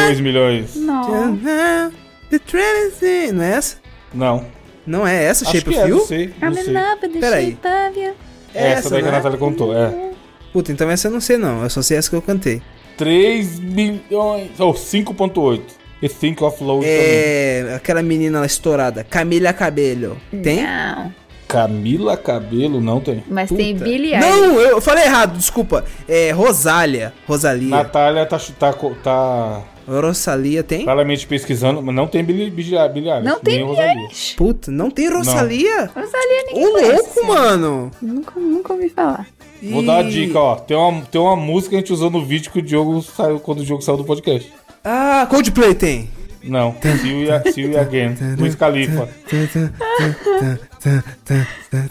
3.2 milhões. Não. É, The train is in. Não é essa? Não, Não é essa, acho Shape que of é, You? não sei, não I'm sei. in love with the Peraí. shape of you. É Essa, daí que a né? Natália contou, é. Puta, então essa eu não sei não. Eu só sei essa que eu cantei. 3 milhões, oh, ou 5.8. E Think of Load também. É. Aquela menina lá estourada. Camila Cabello. Tem? Não. Camila Cabelo não tem. Mas tem Puta. Billie Eilish. Não, eu falei errado, desculpa. É Rosália. Rosalia. Natália tá, chu- tá, co- tá Rosalia tem? claramente pesquisando, mas não tem Billy, Billy, Billy Eilish, Não tem nem Billie Rosalía. Eilish. Puta, não tem Rosalia? Rosalía Ô ninguém conhece. louco, mano. Nunca, nunca ouvi falar. Vou dar uma Ih. dica, ó. Tem uma, tem uma música que a gente usou no vídeo que o Diogo saiu quando o Diogo saiu do podcast. Ah, Coldplay tem. Não, Tá. See You, A- See you Again, Luiz Califa.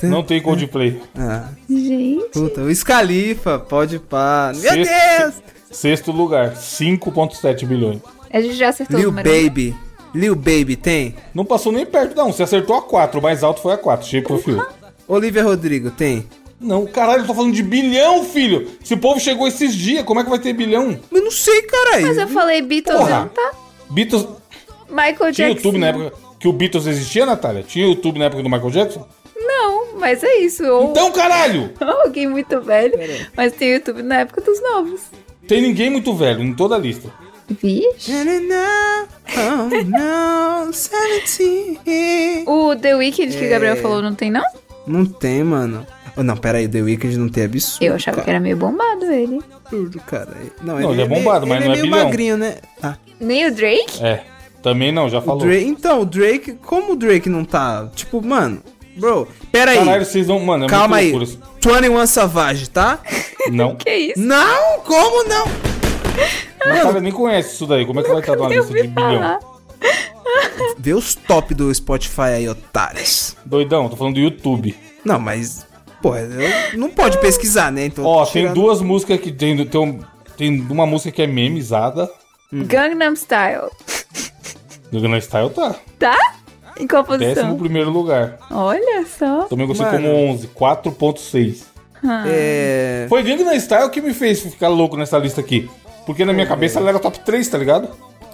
Não tem Coldplay. Ah, Gente. puta, o Scalifa, pode pá. Meu Sexto- Deus! Sexto lugar, 5.7 bilhões. A gente já acertou Lil o número. um. Baby. Lil Baby tem? Não passou nem perto, não. Você acertou a 4, o mais alto foi a 4. Shape of You. Olivia Rodrigo tem? Não, caralho, eu tô falando de bilhão, filho. Esse povo chegou esses dias, como é que vai ter bilhão? Eu não sei, caralho. Mas eu falei Beatles, Porra. não tá? Beatles, Michael Tinha Jackson. YouTube na época que o Beatles existia, Natália? Tinha YouTube na época do Michael Jackson? Não, mas é isso. Ou Então, caralho! alguém muito velho. Mas tem YouTube na época dos novos. Tem ninguém muito velho em toda a lista. Vixe. Oh, no, 17. O The Weeknd que o Gabriel falou não tem, não? Não tem, mano. Oh, não, pera aí, The Weeknd não tem absurdo. Eu achava que era meio bombado ele. absurdo, cara. Não, ele é bombado, mas ele não é meio bilhão. magrinho, né? Ah, Nem o Drake? É, também não, já o falou. Drake, então, o Drake, como o Drake não tá? Tipo, mano, bro, pera aí. Caralho, vocês não. Mano, é Calma aí. muito loucura 21 Savage, tá? isso. Não. Que isso? não, como não? Natália nem conhece isso daí. Como é que vai estar numa Eu lista de ouvi bilhão? falar. Vê os top do Spotify aí, otários. Doidão, tô falando do YouTube. Não, mas, porra, eu- não pode pesquisar, né? Então, Ó, tô tem tirando- duas músicas que tem. Tem, um- tem uma música que é memizada. Gangnam Style. No Gangnam Style tá. Tá? Em qual Décimo posição? primeiro lugar. Olha só. Também gostei Mano. como 11, 4.6. Ah, É... Foi Gangnam Style que me fez ficar louco nessa lista aqui. Porque na minha cabeça ela era top 3, tá ligado?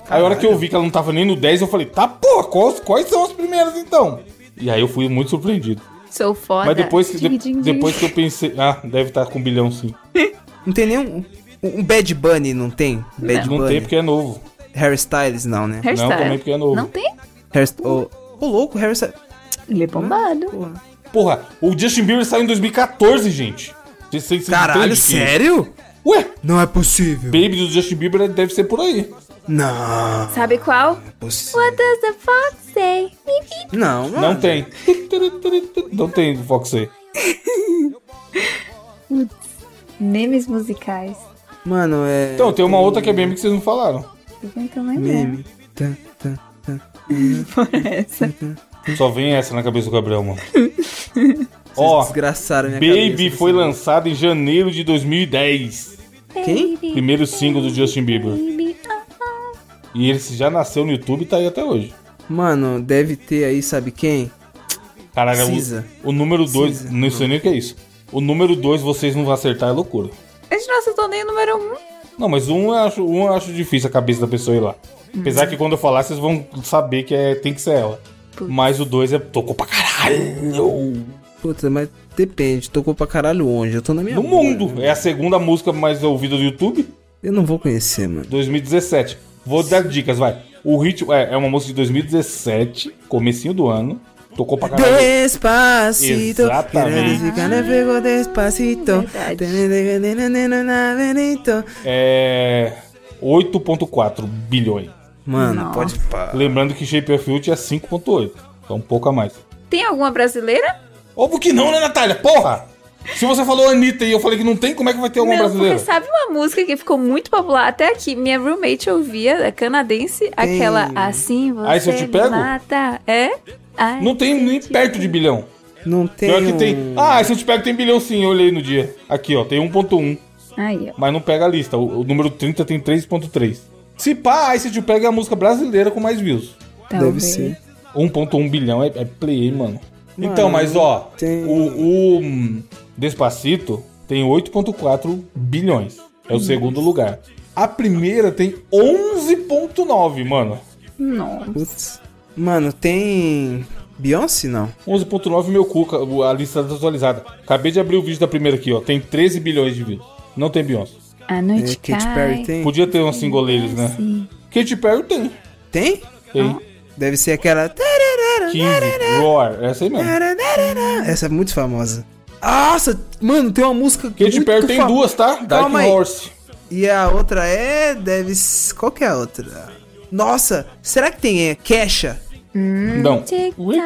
Aí a hora que eu vi que ela não tava nem no 10, eu falei, tá porra, quais, quais são as primeiras então? E aí eu fui muito surpreendido. Sou foda. Mas depois que, de- Din, din, din. depois que eu pensei. Ah, deve estar com um bilhão sim. Não tem nenhum... Um Bad Bunny não tem? Bad Não Bunny. tem porque é novo. Harry Styles não, né? Hairstyle. Não, também porque é novo. Não tem? Harry... Ô, ô, louco, Harry Styles... Ele é bombado. Porra. Porra, o Justin Bieber saiu em 2014, gente. Vocês- vocês Caralho, entendem que- sério? Ué, Não é possível. Baby do Justin Bieber deve ser por aí. Não. Sabe qual? é possível. What does the fox say? Beep, beep. Não, Não tem. Não tem Fox aí. Memes musicais. Mano, é... Então, tem uma outra que é meme que vocês não falaram. Eu não tô lembrando. Meme. Tá, tá. Essa. Só vem essa na cabeça do Gabriel, mano. Ó, Desgraçaram minha Baby cabeça. assim. foi lançado em janeiro de 2010. Quem? Primeiro single do Justin Bieber. Baby, ah, ah. E ele já nasceu no YouTube e tá aí até hoje. Mano, deve ter aí, sabe quem? Caralho, Cisa. o, o número 2, Cisa. não sei nem o que é isso. O número 2 vocês não vão acertar, é loucura. A gente não acertou nem o número um. Não, mas um eu acho, um eu acho difícil a cabeça da pessoa ir lá. Apesar que quando eu falar, vocês vão saber que é, tem que ser ela. Mas o 2 é tocou pra caralho. Puta, mas depende. Tocou pra caralho onde? Eu tô na minha No rua, mundo. né? É a segunda música mais ouvida do YouTube, Eu não vou conhecer, mano. 2017. Vou dar dicas, vai. O ritmo é, é uma música de 2017, comecinho do ano. Tocou pra caralho. Despacito. Exatamente. Quero pegou despacito. Verdade. É. 8.4 bilhões. Mano, Não. pode pá. Lembrando que Shape of é You tinha 5.8. Então um pouco a mais. Tem alguma brasileira? Óbvio que não, né, Natália? Porra! Se você falou Anitta e eu falei que não tem, como é que vai ter alguma Não, brasileira? porque sabe uma música que ficou muito popular até aqui? Minha roommate ouvia, é canadense, aquela Assim Você Aí se eu te me pego? Mata. É? Ai, Não tem nem perto de bilhão. Não tem. Pior que um- tem. Ah, se eu te pego, tem bilhão sim, eu olhei no dia. Aqui, ó, tem 1.1. Aí, ó. Mas não pega a lista. O, o número 30 tem 3.3. Se pá, aí se te pega é a música brasileira com mais views. Deve Talvez. ser. 1.1 bilhão é, é play, hein, mano. Então, Mano, mas ó, tem- o, o, hum, Despacito tem 8.4 bilhões. É o segundo lugar. A primeira tem 11.9, mano. Não. Putz. Mano, tem. Beyoncé? Não. 11.9 meu cu, ca- a lista tá atualizada. Acabei de abrir o vídeo da primeira aqui, ó. Tem 13 bilhões de views. Não tem Beyoncé. A É, noite cai. Katy Perry tem? Podia ter uns singoleiros, né? Sim. Katy Perry tem. Tem? Ah. Tem. Deve ser aquela. 15. Roar. Essa aí mesmo. Essa é muito famosa. Nossa, mano, tem uma música. Katy muito Perry tem fam- duas, tá? Calma aí. Dark Horse. E a outra é. Deve. s- Qual que é a outra? Nossa, será que tem é, Kesha? Não.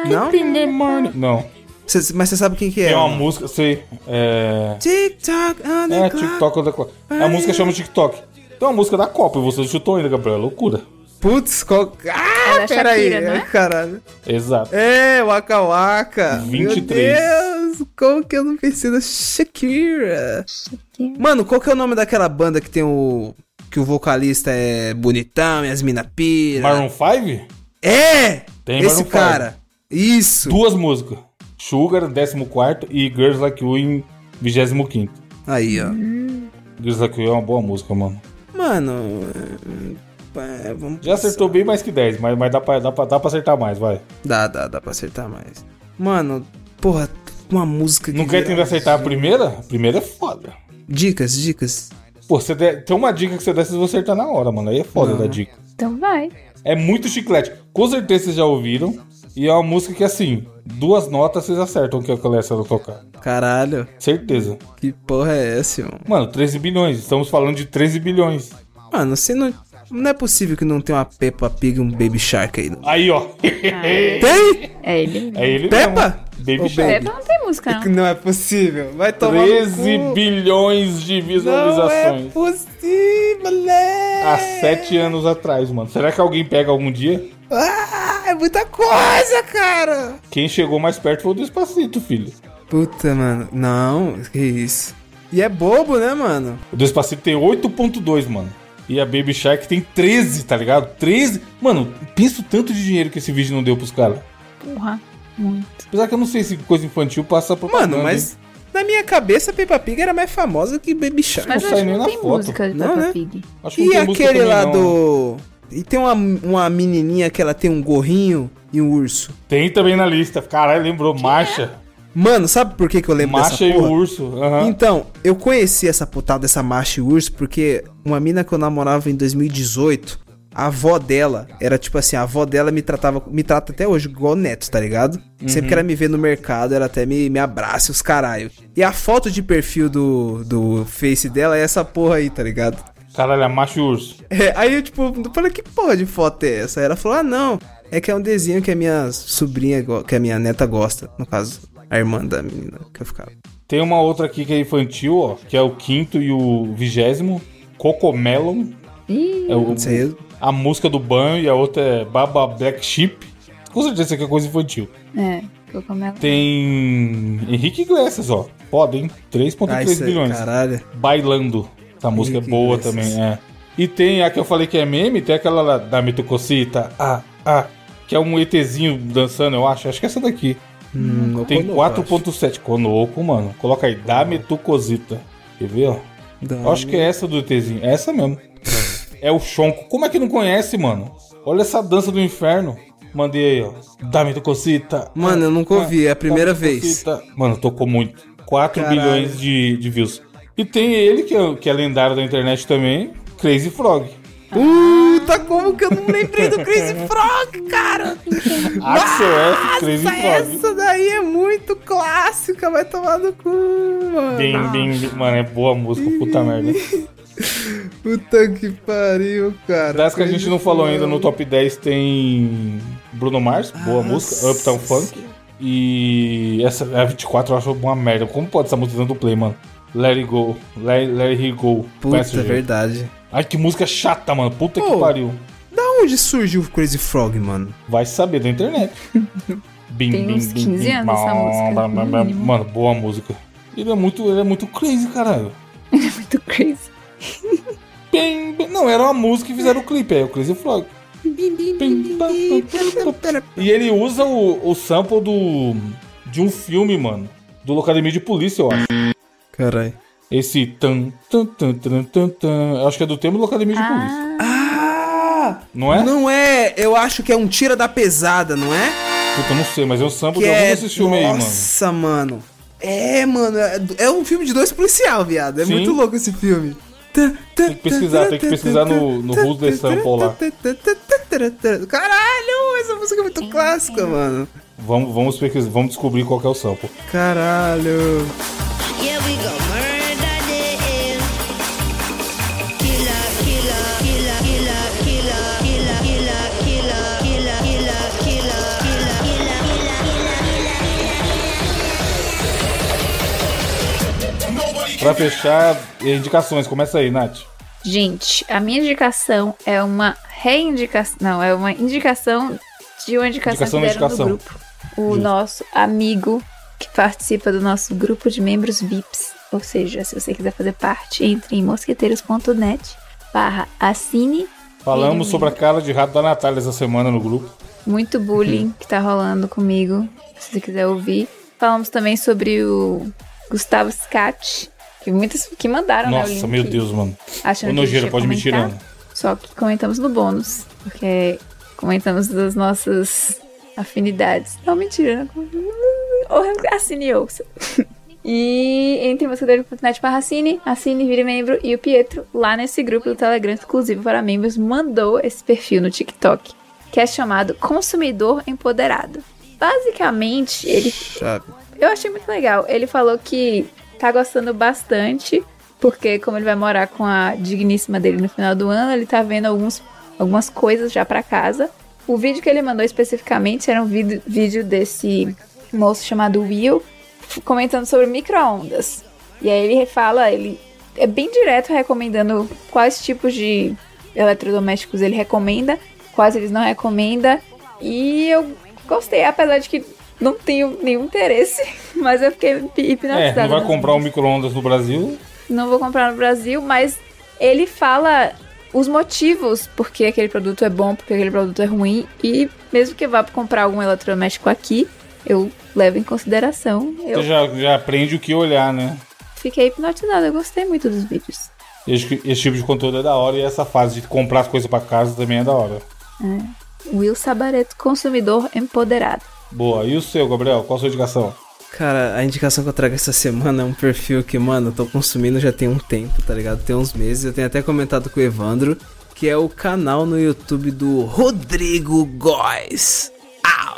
Não? Não. Não. Cê- mas você sabe quem que é? Tem uma música, sei. É. TikTok on the É, clock. TikTok da Copa. A música chama TikTok. Tem uma música da Copa e você chutou ainda, Gabriel. É Loucura. Putz, qual. Ah, da peraí. Shakira, não é? Caralho. Exato. É, Waka Waka. 23. Meu Deus, como que eu não pensei da Shakira? Mano, qual que é o nome daquela banda que tem o. Que o vocalista é bonitão e as mina pira? Maroon 5? É! Tem Esse Maroon five. cara. Isso. Duas músicas. Sugar, 14 e Girls Like You em 25. Aí, ó. Girls Like You é uma boa música, mano. Mano. é, é, Vamos Já acertou bem mais que 10, mas, mas dá, pra, dá, pra, dá pra acertar mais, vai. Dá, dá, dá pra acertar mais. Mano, porra, uma música que. Não quer tentar viralizou. acertar a primeira? A primeira é foda. Dicas, dicas. Pô, você der- tem uma dica que você der, vocês vão acertar na hora, mano. Aí é foda da dica. Então vai. É muito chiclete. Com certeza vocês já ouviram. E é uma música que, assim, duas notas vocês acertam que é o que eu essa tocar. Caralho, Certeza. que porra é essa, irmão? Mano, 13 bilhões. Estamos falando de 13 bilhões. Mano, você não. Não é possível que não tenha uma Peppa Pig e um Baby Shark aí. Não. Aí, ó. Tem? É ele. É ele Peppa? mesmo. Ah. Ô, Baby Shark. É, não tem música, não. Não é possível. Vai tomar. 13 no cu. bilhões de Não é visualizações. possível, né? Há 7 anos atrás, mano. Será que alguém pega algum dia? Ah, é muita coisa, cara. Quem chegou mais perto foi o Despacito, filho. Puta, mano. Não, que isso. E é bobo, né, mano? O Despacito tem 8.2, mano. E a Baby Shark tem 13, tá ligado? 13. Mano, penso tanto de dinheiro que esse vídeo não deu pros caras. Porra. Muito. Apesar que eu não sei se coisa infantil passa pra Mano, mas na minha cabeça Peppa Pig era mais famosa que Baby Shark. Mas Não eu sai acho que nem não na tem foto. música de Não, Peppa né? Pig. Acho que não e tem música aquele também, lá não. do. E tem uma, uma menininha que ela tem um gorrinho e um urso. Tem também na lista. Caralho, lembrou. Marcha. Mano, sabe por que, que eu lembro Marcha dessa e porra? o urso. né? aham. Então, eu conheci essa putada dessa Marcha e o urso porque uma mina que eu namorava em 2018, a avó dela era tipo assim, a avó dela me tratava, me trata até hoje igual neto, tá ligado? Uhum. Sempre que ela me vê no mercado, ela até me, me abraça e os caralho. E a foto de perfil do, do Face dela é essa porra aí, tá ligado? Caralho, a macho e o urso. É, aí eu, tipo, eu falei, que porra de foto é essa? Aí ela falou, ah, não, é que é um desenho que a minha sobrinha, go- que a minha neta gosta. No caso, a irmã da menina que eu ficava. Tem uma outra aqui que é infantil, ó. Que é o quinto e o vigésimo. Cocomelon. Ih, É o, Isso aí eu- a música do banho e a outra é Baba Black Sheep. Com certeza isso aqui é coisa infantil. é. Eu como ela. Tem Henrique Iglesias, ó. Foda, hein? Ah, 3.3 isso aí, bilhões. caralho. Bailando. Essa música é boa Iglesias. também, é. E tem a que eu falei que é meme, tem aquela lá da mitococita, ah, ah, que é um ETzinho dançando, eu acho. Acho que é essa daqui. Hum, Tem Okonobo, acho. 4.7. Conoco, mano. Coloca aí, da metucosita. Quer ver, ó? Dá- Eu acho que é essa do ETzinho. É essa mesmo. É o Chonco. Como é que não conhece, mano? Olha essa dança do inferno. Mandei aí, ó. Da metucosita. Mano, eu nunca ouvi, é a Tá, primeira vez. Mano, tocou muito. 4 Caralho. bilhões de, de views. E tem ele, que é, que é lendário da internet também, Crazy Frog. Puta, como que eu não lembrei do Crazy Frog, cara? Axel F, Crazy Nossa, Frog. essa daí é muito clássica, vai tomar no cu, mano. Bim, bim, bim. Mano, é boa a música, puta merda. Puta que pariu, cara. Das que a gente não falou ainda no top. top 10 tem Bruno Mars, Ah, boa música, Uptown Funk. E essa a 24 eu acho uma merda. Como pode essa música dentro do play, mano? Let it go, let, let it go. Puta, é Passenger. verdade. Ai, que música chata, mano. Puta Pô. que pariu. Da onde surgiu o Crazy Frog, mano? Vai saber da internet. Bim, Tem uns 15 anos essa música, Blá, blá, blá. no mínimo. Mano, boa música. Ele é muito, ele é muito crazy, caralho. Muito crazy. Bim, bim. Não, era uma música e fizeram o clipe, aí o Crazy Frog. Bim, bam, bam, bam, bam. E ele usa o, o sample do de um filme, mano, do Locademia de Polícia, eu acho. Caralho. Esse tan tan tan tan tan, tan. Eu acho que é do tema do Locademia de Polícia. Ah! Não é? Não é, eu acho que é um tira da pesada, não é? Puta, eu não sei, mas é o sample Que de algum é. desses filmes aí, mano. Nossa, mano. É, mano, é, é um filme de dois policial, viado. É Sim. muito louco esse filme. Tem que pesquisar, tem que pesquisar no- no Who's the Sample lá. Caralho, essa música é muito clássica, mano. Vamos, vamos, pesquisar, vamos descobrir qual que é o sample. Caralho. Yeah, we go murder them. Killer, killer, killer, killer, killer, killer, killer, killer, killer, killer, killer, killer, killer, killer, Pra fechar, indicações, começa aí, Nath. Gente, a minha indicação é uma reindicação. Não, é uma indicação de uma indicação, Indicação que da deram indicação. do grupo. O nosso amigo que participa do nosso grupo de membros VIPs. Ou seja, se você quiser fazer parte, entre em mosqueteiros.net barra assine Falamos Filho sobre a cara de rato da Natália essa semana no grupo. muito Uhum. bullying que tá rolando comigo, se você quiser ouvir. Falamos também sobre o Gustavo Scatti, que muitas que mandaram, né, o Nossa, link, meu Deus, mano. Achando Ô, que a gente nojeira, ia pode me né? comentar. tirando. Só que comentamos no bônus, porque comentamos das nossas afinidades. Não, mentira. né? Hum, Ou assine ouça. E entre mosqueteiro.net barra assine, assine, vire membro e o Pietro, lá nesse grupo do Telegram exclusivo para membros, mandou esse perfil no TikTok, que é chamado Consumidor Empoderado. Basicamente, ele Chave. eu achei muito legal. Ele falou que tá gostando bastante, porque como ele vai morar com a digníssima dele no final do ano, ele tá vendo alguns, algumas coisas já pra casa. O vídeo que ele mandou especificamente era um vídeo, vídeo desse moço chamado Will f- comentando sobre micro-ondas. E aí ele fala, ele é bem direto recomendando quais tipos de eletrodomésticos ele recomenda, quais eles não recomenda. E eu gostei, apesar de que não tenho nenhum interesse, mas eu fiquei hip- É, hipnotizada. não vai né? comprar um micro-ondas no Brasil. Não vou comprar no Brasil, mas ele fala os motivos porque aquele produto é bom, porque aquele produto é ruim. E mesmo que eu vá comprar algum eletrodoméstico aqui, eu levo em consideração. Eu Você já, já aprende o que olhar, né? fiquei hipnotizada, eu gostei muito dos vídeos. Esse, esse tipo de conteúdo é da hora e essa fase de comprar as coisas pra casa também é da hora. Will Sabareto, consumidor empoderado. Boa. E o seu, Gabriel? Qual a sua indicação? Cara, a indicação que eu trago essa semana é um perfil que, mano, eu tô consumindo já tem um tempo, tá ligado? Tem uns meses. Eu tenho até comentado com o Evandro, que é o canal no YouTube do Rodrigo Góes.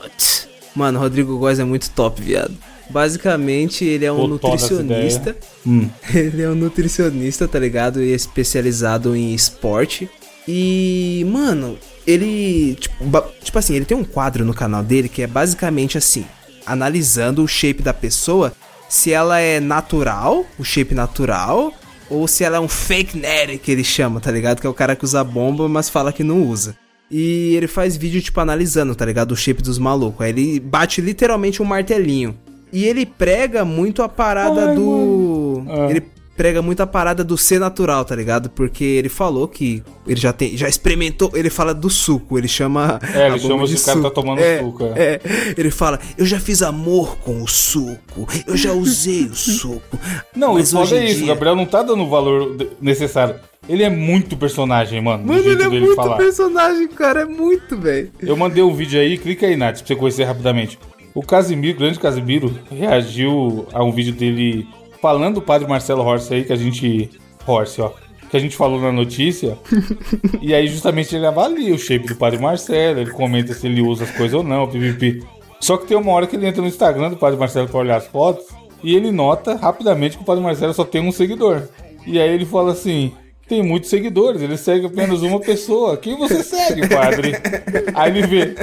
Out! Mano, Rodrigo Góes é muito top, viado. Basicamente, ele é um Tô toda essa nutricionista. Ele é um nutricionista, tá ligado? E é especializado em esporte. E, mano, ele. Tipo, ba- tipo assim, ele tem um quadro no canal dele que é basicamente assim: analisando o shape da pessoa, se ela é natural, o shape natural, ou se ela é um fake nerd que ele chama, tá ligado? Que é o cara que usa bomba, mas fala que não usa. E ele faz vídeo, tipo, analisando, tá ligado? O shape dos malucos. Aí ele bate É. literalmente um martelinho. E ele prega muito a parada do. Ele prega muito a parada do ser natural, tá ligado? Porque ele falou que ele já tem, já experimentou, ele fala do suco, ele chama É, ele a bomba chama de se o cara tá tomando é, suco, é. É. ele fala: "Eu já fiz amor com o suco, eu já usei o suco". Não, mas isso foda hoje em é isso. O dia- Gabriel não tá dando o valor de- necessário. Ele é muito personagem, mano. do Mano, jeito ele é dele muito falar. personagem, cara, é muito, velho. Eu mandei um vídeo aí, clica aí, Nath, pra você conhecer rapidamente. O Casimiro, o grande Casimiro, reagiu a um vídeo dele falando do padre Marcelo Horst aí, que a gente. Horst, ó. Que a gente falou na notícia. e aí, justamente, ele avalia o shape do padre Marcelo, ele comenta se ele usa as coisas ou não, pipipi. Só que tem uma hora que ele entra no Instagram do padre Marcelo pra olhar as fotos e ele nota rapidamente que o padre Marcelo só tem um seguidor. E aí ele fala assim. Tem muitos seguidores, ele segue apenas uma pessoa. Quem você segue, padre? Aí ele vê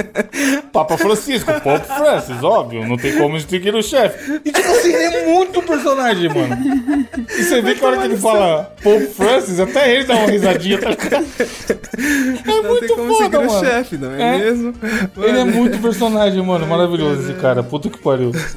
Papa Francisco, Pope Francis, óbvio, não tem como distinguir o chefe. E tipo assim, ele é muito personagem, mano. E você vê que a hora que ele é fala Pope Francis, até ele dá uma risadinha. Tá? ligado? É Não tem muito como foda, seguir o mano. chefe, não é, É. mesmo? Ele é Mano, muito personagem, mano. Maravilhoso esse cara. Puta que pariu.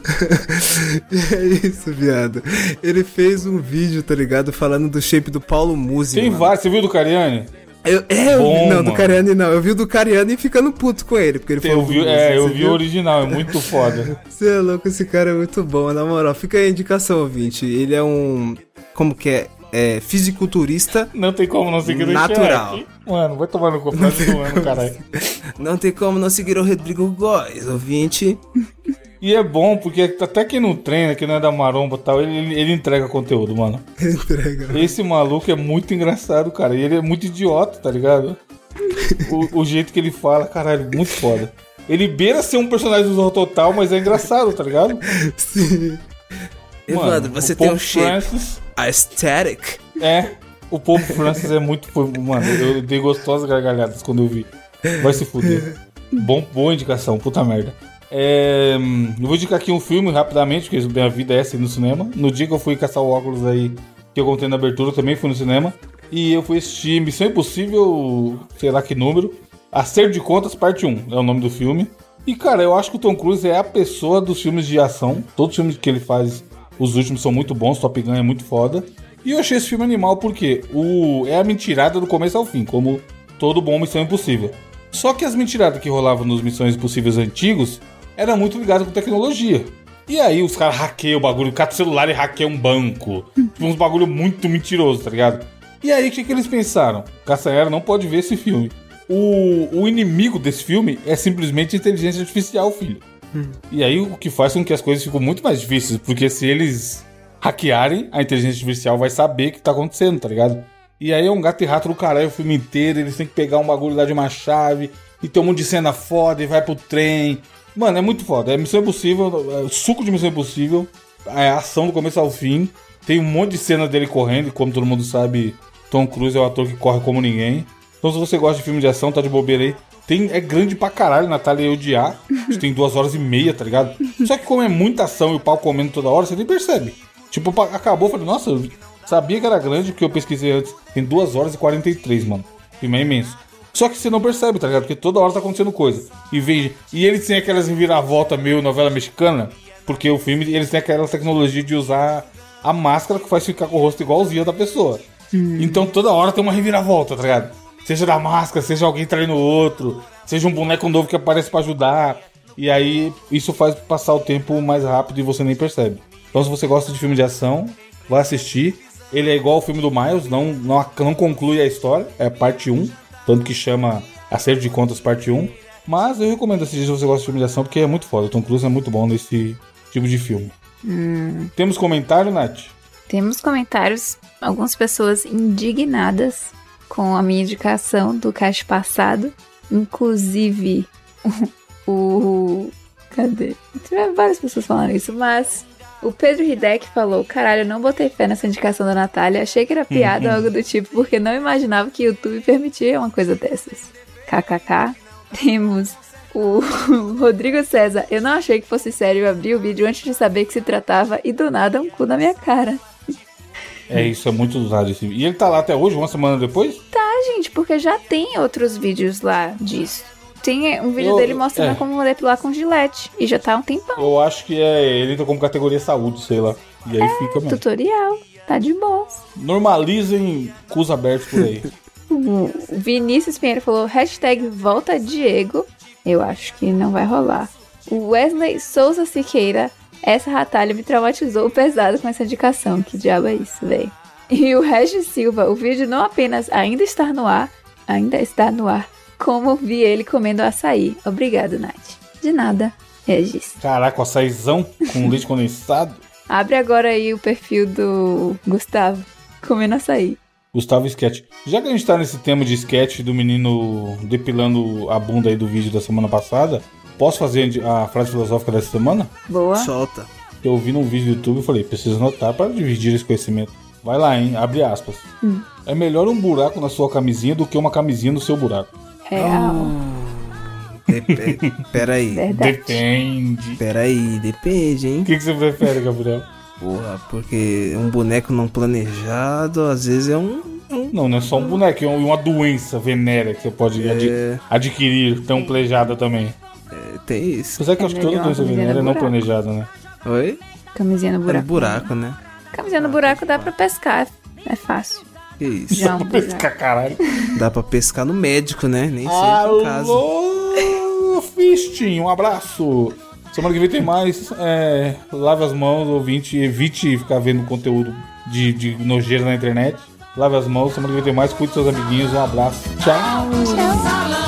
É isso, viado. Ele fez um vídeo, tá ligado? Falando do shape do Paulo Musi. Tem vários. Você viu do Cariani? Eu, é, eu vi- Bom, não, do mano. Cariani não. Eu vi o do Cariani ficando puto com ele, porque ele Eu falou do vi, Muzi, é, eu você vi viu? o original, é muito foda. Você é louco, esse cara é muito bom, na moral. Fica aí a indicação, ouvinte. Ele é um. Como que é? É fisiculturista. Não tem como não seguir o chefe. Natural. Mano, vai tomar no cu, tá zoando, caralho. Não tem como não seguir o Rodrigo Góes, ouvinte. E é bom, porque até quem não treina, que não é da maromba e tal, ele- ele, ele entrega conteúdo, mano. Entrega. Esse maluco é muito engraçado, cara. E ele é muito idiota, tá ligado? O, o jeito que ele fala, caralho, muito foda. Ele beira ser um personagem do Zorro Total, mas é engraçado, tá ligado? Sim. Evandro, Mano, você o tem um Pope shape Francis, aesthetic. é. O Pope Francis é muito. fo- Mano, eu dei gostosas gargalhadas quando eu vi. Vai se fuder. Bom, boa indicação, puta merda. É, hum, eu vou indicar aqui um filme rapidamente, porque minha vida é essa ir no cinema. No dia que eu fui caçar o óculos aí, que eu contei na abertura, eu também fui no cinema. E eu fui assistir Missão Impossível, sei lá que número. Acerto de Contas, parte 1 é o nome do filme. E cara, eu acho que o Tom Cruise é a pessoa dos filmes de ação. Todos os filmes que ele faz, os últimos são muito bons, Top Gun é muito foda. E eu achei esse filme animal porque o... é a mentirada do começo ao fim, como todo bom Missão Impossível. Só que as mentiradas que rolavam nos Missões Impossíveis antigos eram muito ligadas com tecnologia. E aí os caras hackeiam o bagulho, catam o celular e hackeiam um banco. Tipo, uns bagulho muito mentiroso, tá ligado? E aí o que, que eles pensaram? Castanheira não pode ver esse filme. O, o inimigo desse filme é simplesmente a inteligência artificial, filho. E aí o que faz com que as coisas ficam muito mais difíceis, porque se eles hackearem, a inteligência artificial vai saber o que tá acontecendo, tá ligado? E aí é um gato e rato do caralho o filme inteiro, eles têm que pegar um bagulho lá de uma chave, e tem um monte de cena foda, e vai pro trem. Mano, é muito foda. É Missão Impossível, é suco de Missão Impossível, é ação do começo ao fim. Tem um monte de cena dele correndo, e como todo mundo sabe, Tom Cruise é o ator que corre como ninguém. Então se você gosta de filme de ação, tá de bobeira aí. Tem, é grande pra caralho, Natália e eu de A. A gente tem duas horas e meia, tá ligado? Só que como é muita ação e o pau comendo toda hora, você nem percebe. Tipo, pa- acabou, eu falei, nossa, eu sabia que era grande porque eu pesquisei antes. Tem duas horas e 43, mano. Filme é imenso. Só que você não percebe, tá ligado? Porque toda hora tá acontecendo coisa. E veja, e eles têm aquelas reviravolta meio novela mexicana, porque o filme, eles têm aquela tecnologia de usar a máscara que faz ficar com o rosto igualzinho da pessoa. Então toda hora tem uma reviravolta, tá ligado? Seja da máscara, seja alguém traindo o outro, seja um boneco novo que aparece pra ajudar. E aí isso faz passar o tempo mais rápido e você nem percebe. Então se você gosta de filme de ação, vá assistir. Ele é igual ao filme do Miles, não, não, ac- não conclui a história, é parte 1, tanto que chama Acerto de Contas parte 1. Mas eu recomendo assistir se você gosta de filme de ação, porque é muito foda. O Tom Cruise é muito bom nesse tipo de filme. Temos comentário, Nath? Temos comentários, algumas pessoas indignadas com a minha indicação do caixa passado. Inclusive, o. o- cadê? Tiveram várias pessoas falando isso, mas. O Pedro Hideck falou: Caralho, eu não botei fé nessa indicação da Natália. Achei que era piada ou algo do tipo, porque não imaginava que o YouTube permitia uma coisa dessas. KKK. Temos o Rodrigo César. Eu não achei que fosse sério. Eu abri o vídeo antes de saber que se tratava e do nada um cu na minha cara. É isso, é muito usado esse E ele tá lá até hoje, uma semana depois? gente, porque já tem outros vídeos lá disso. Tem um vídeo Eu- dele mostrando é. como depilar com gilete. E já tá há um tempão. Eu acho que é ele entra como categoria saúde, sei lá. E aí fica mesmo. Tutorial. Tá de boas. Normalizem cus abertos por aí. O Vinícius Pinheiro falou hashtag volta Diego. Eu acho que não vai rolar. O Wesley Souza Siqueira. Essa ratalha me traumatizou pesado com essa indicação. Que diabo é isso, véi? E o Regis Silva. O vídeo não apenas ainda está no ar, ainda está no ar, como vi ele comendo açaí. Obrigado, Nath. De nada, Regis. Caraca, o açaizão com leite condensado. Abre agora aí o perfil do Gustavo comendo açaí. Gustavo Sketch. Já que a gente tá nesse tema de sketch do menino depilando a bunda aí do vídeo da semana passada, posso fazer a frase filosófica dessa semana? Boa. Solta. Eu vi num vídeo do YouTube e falei, preciso anotar para dividir esse conhecimento. Vai lá, hein? Abre aspas. É melhor um buraco na sua camisinha do que uma camisinha no seu buraco. Real. Dep- peraí. Verdade. Depende. Peraí, depende, hein? O que, que você prefere, Gabriel? Porra, porque um boneco não planejado às vezes é um. é um- Não, não é só um boneco, é uma doença venérea que você pode adi- adquirir, tão planejada também. é, tem isso. Apesar que É eu acho que toda melhor doença viver no venérea é não buraco. planejada, né? Oi? Camisinha no Buraco. É um buraco. buraco, né? Camisinha no buraco dá pra pescar. É fácil. Que isso. Já é um buraco. Pescar, caralho. Dá pra pescar no médico, né? Ah, Nem sempre em casa. Alô, Fisting, um abraço. Semana que vem tem mais. É, lave as mãos, ouvinte. Evite ficar vendo conteúdo de, de nojeira na internet. Lave as mãos. Semana que vem tem mais. Cuide dos seus amiguinhos. Um abraço. Tchau. Tchau.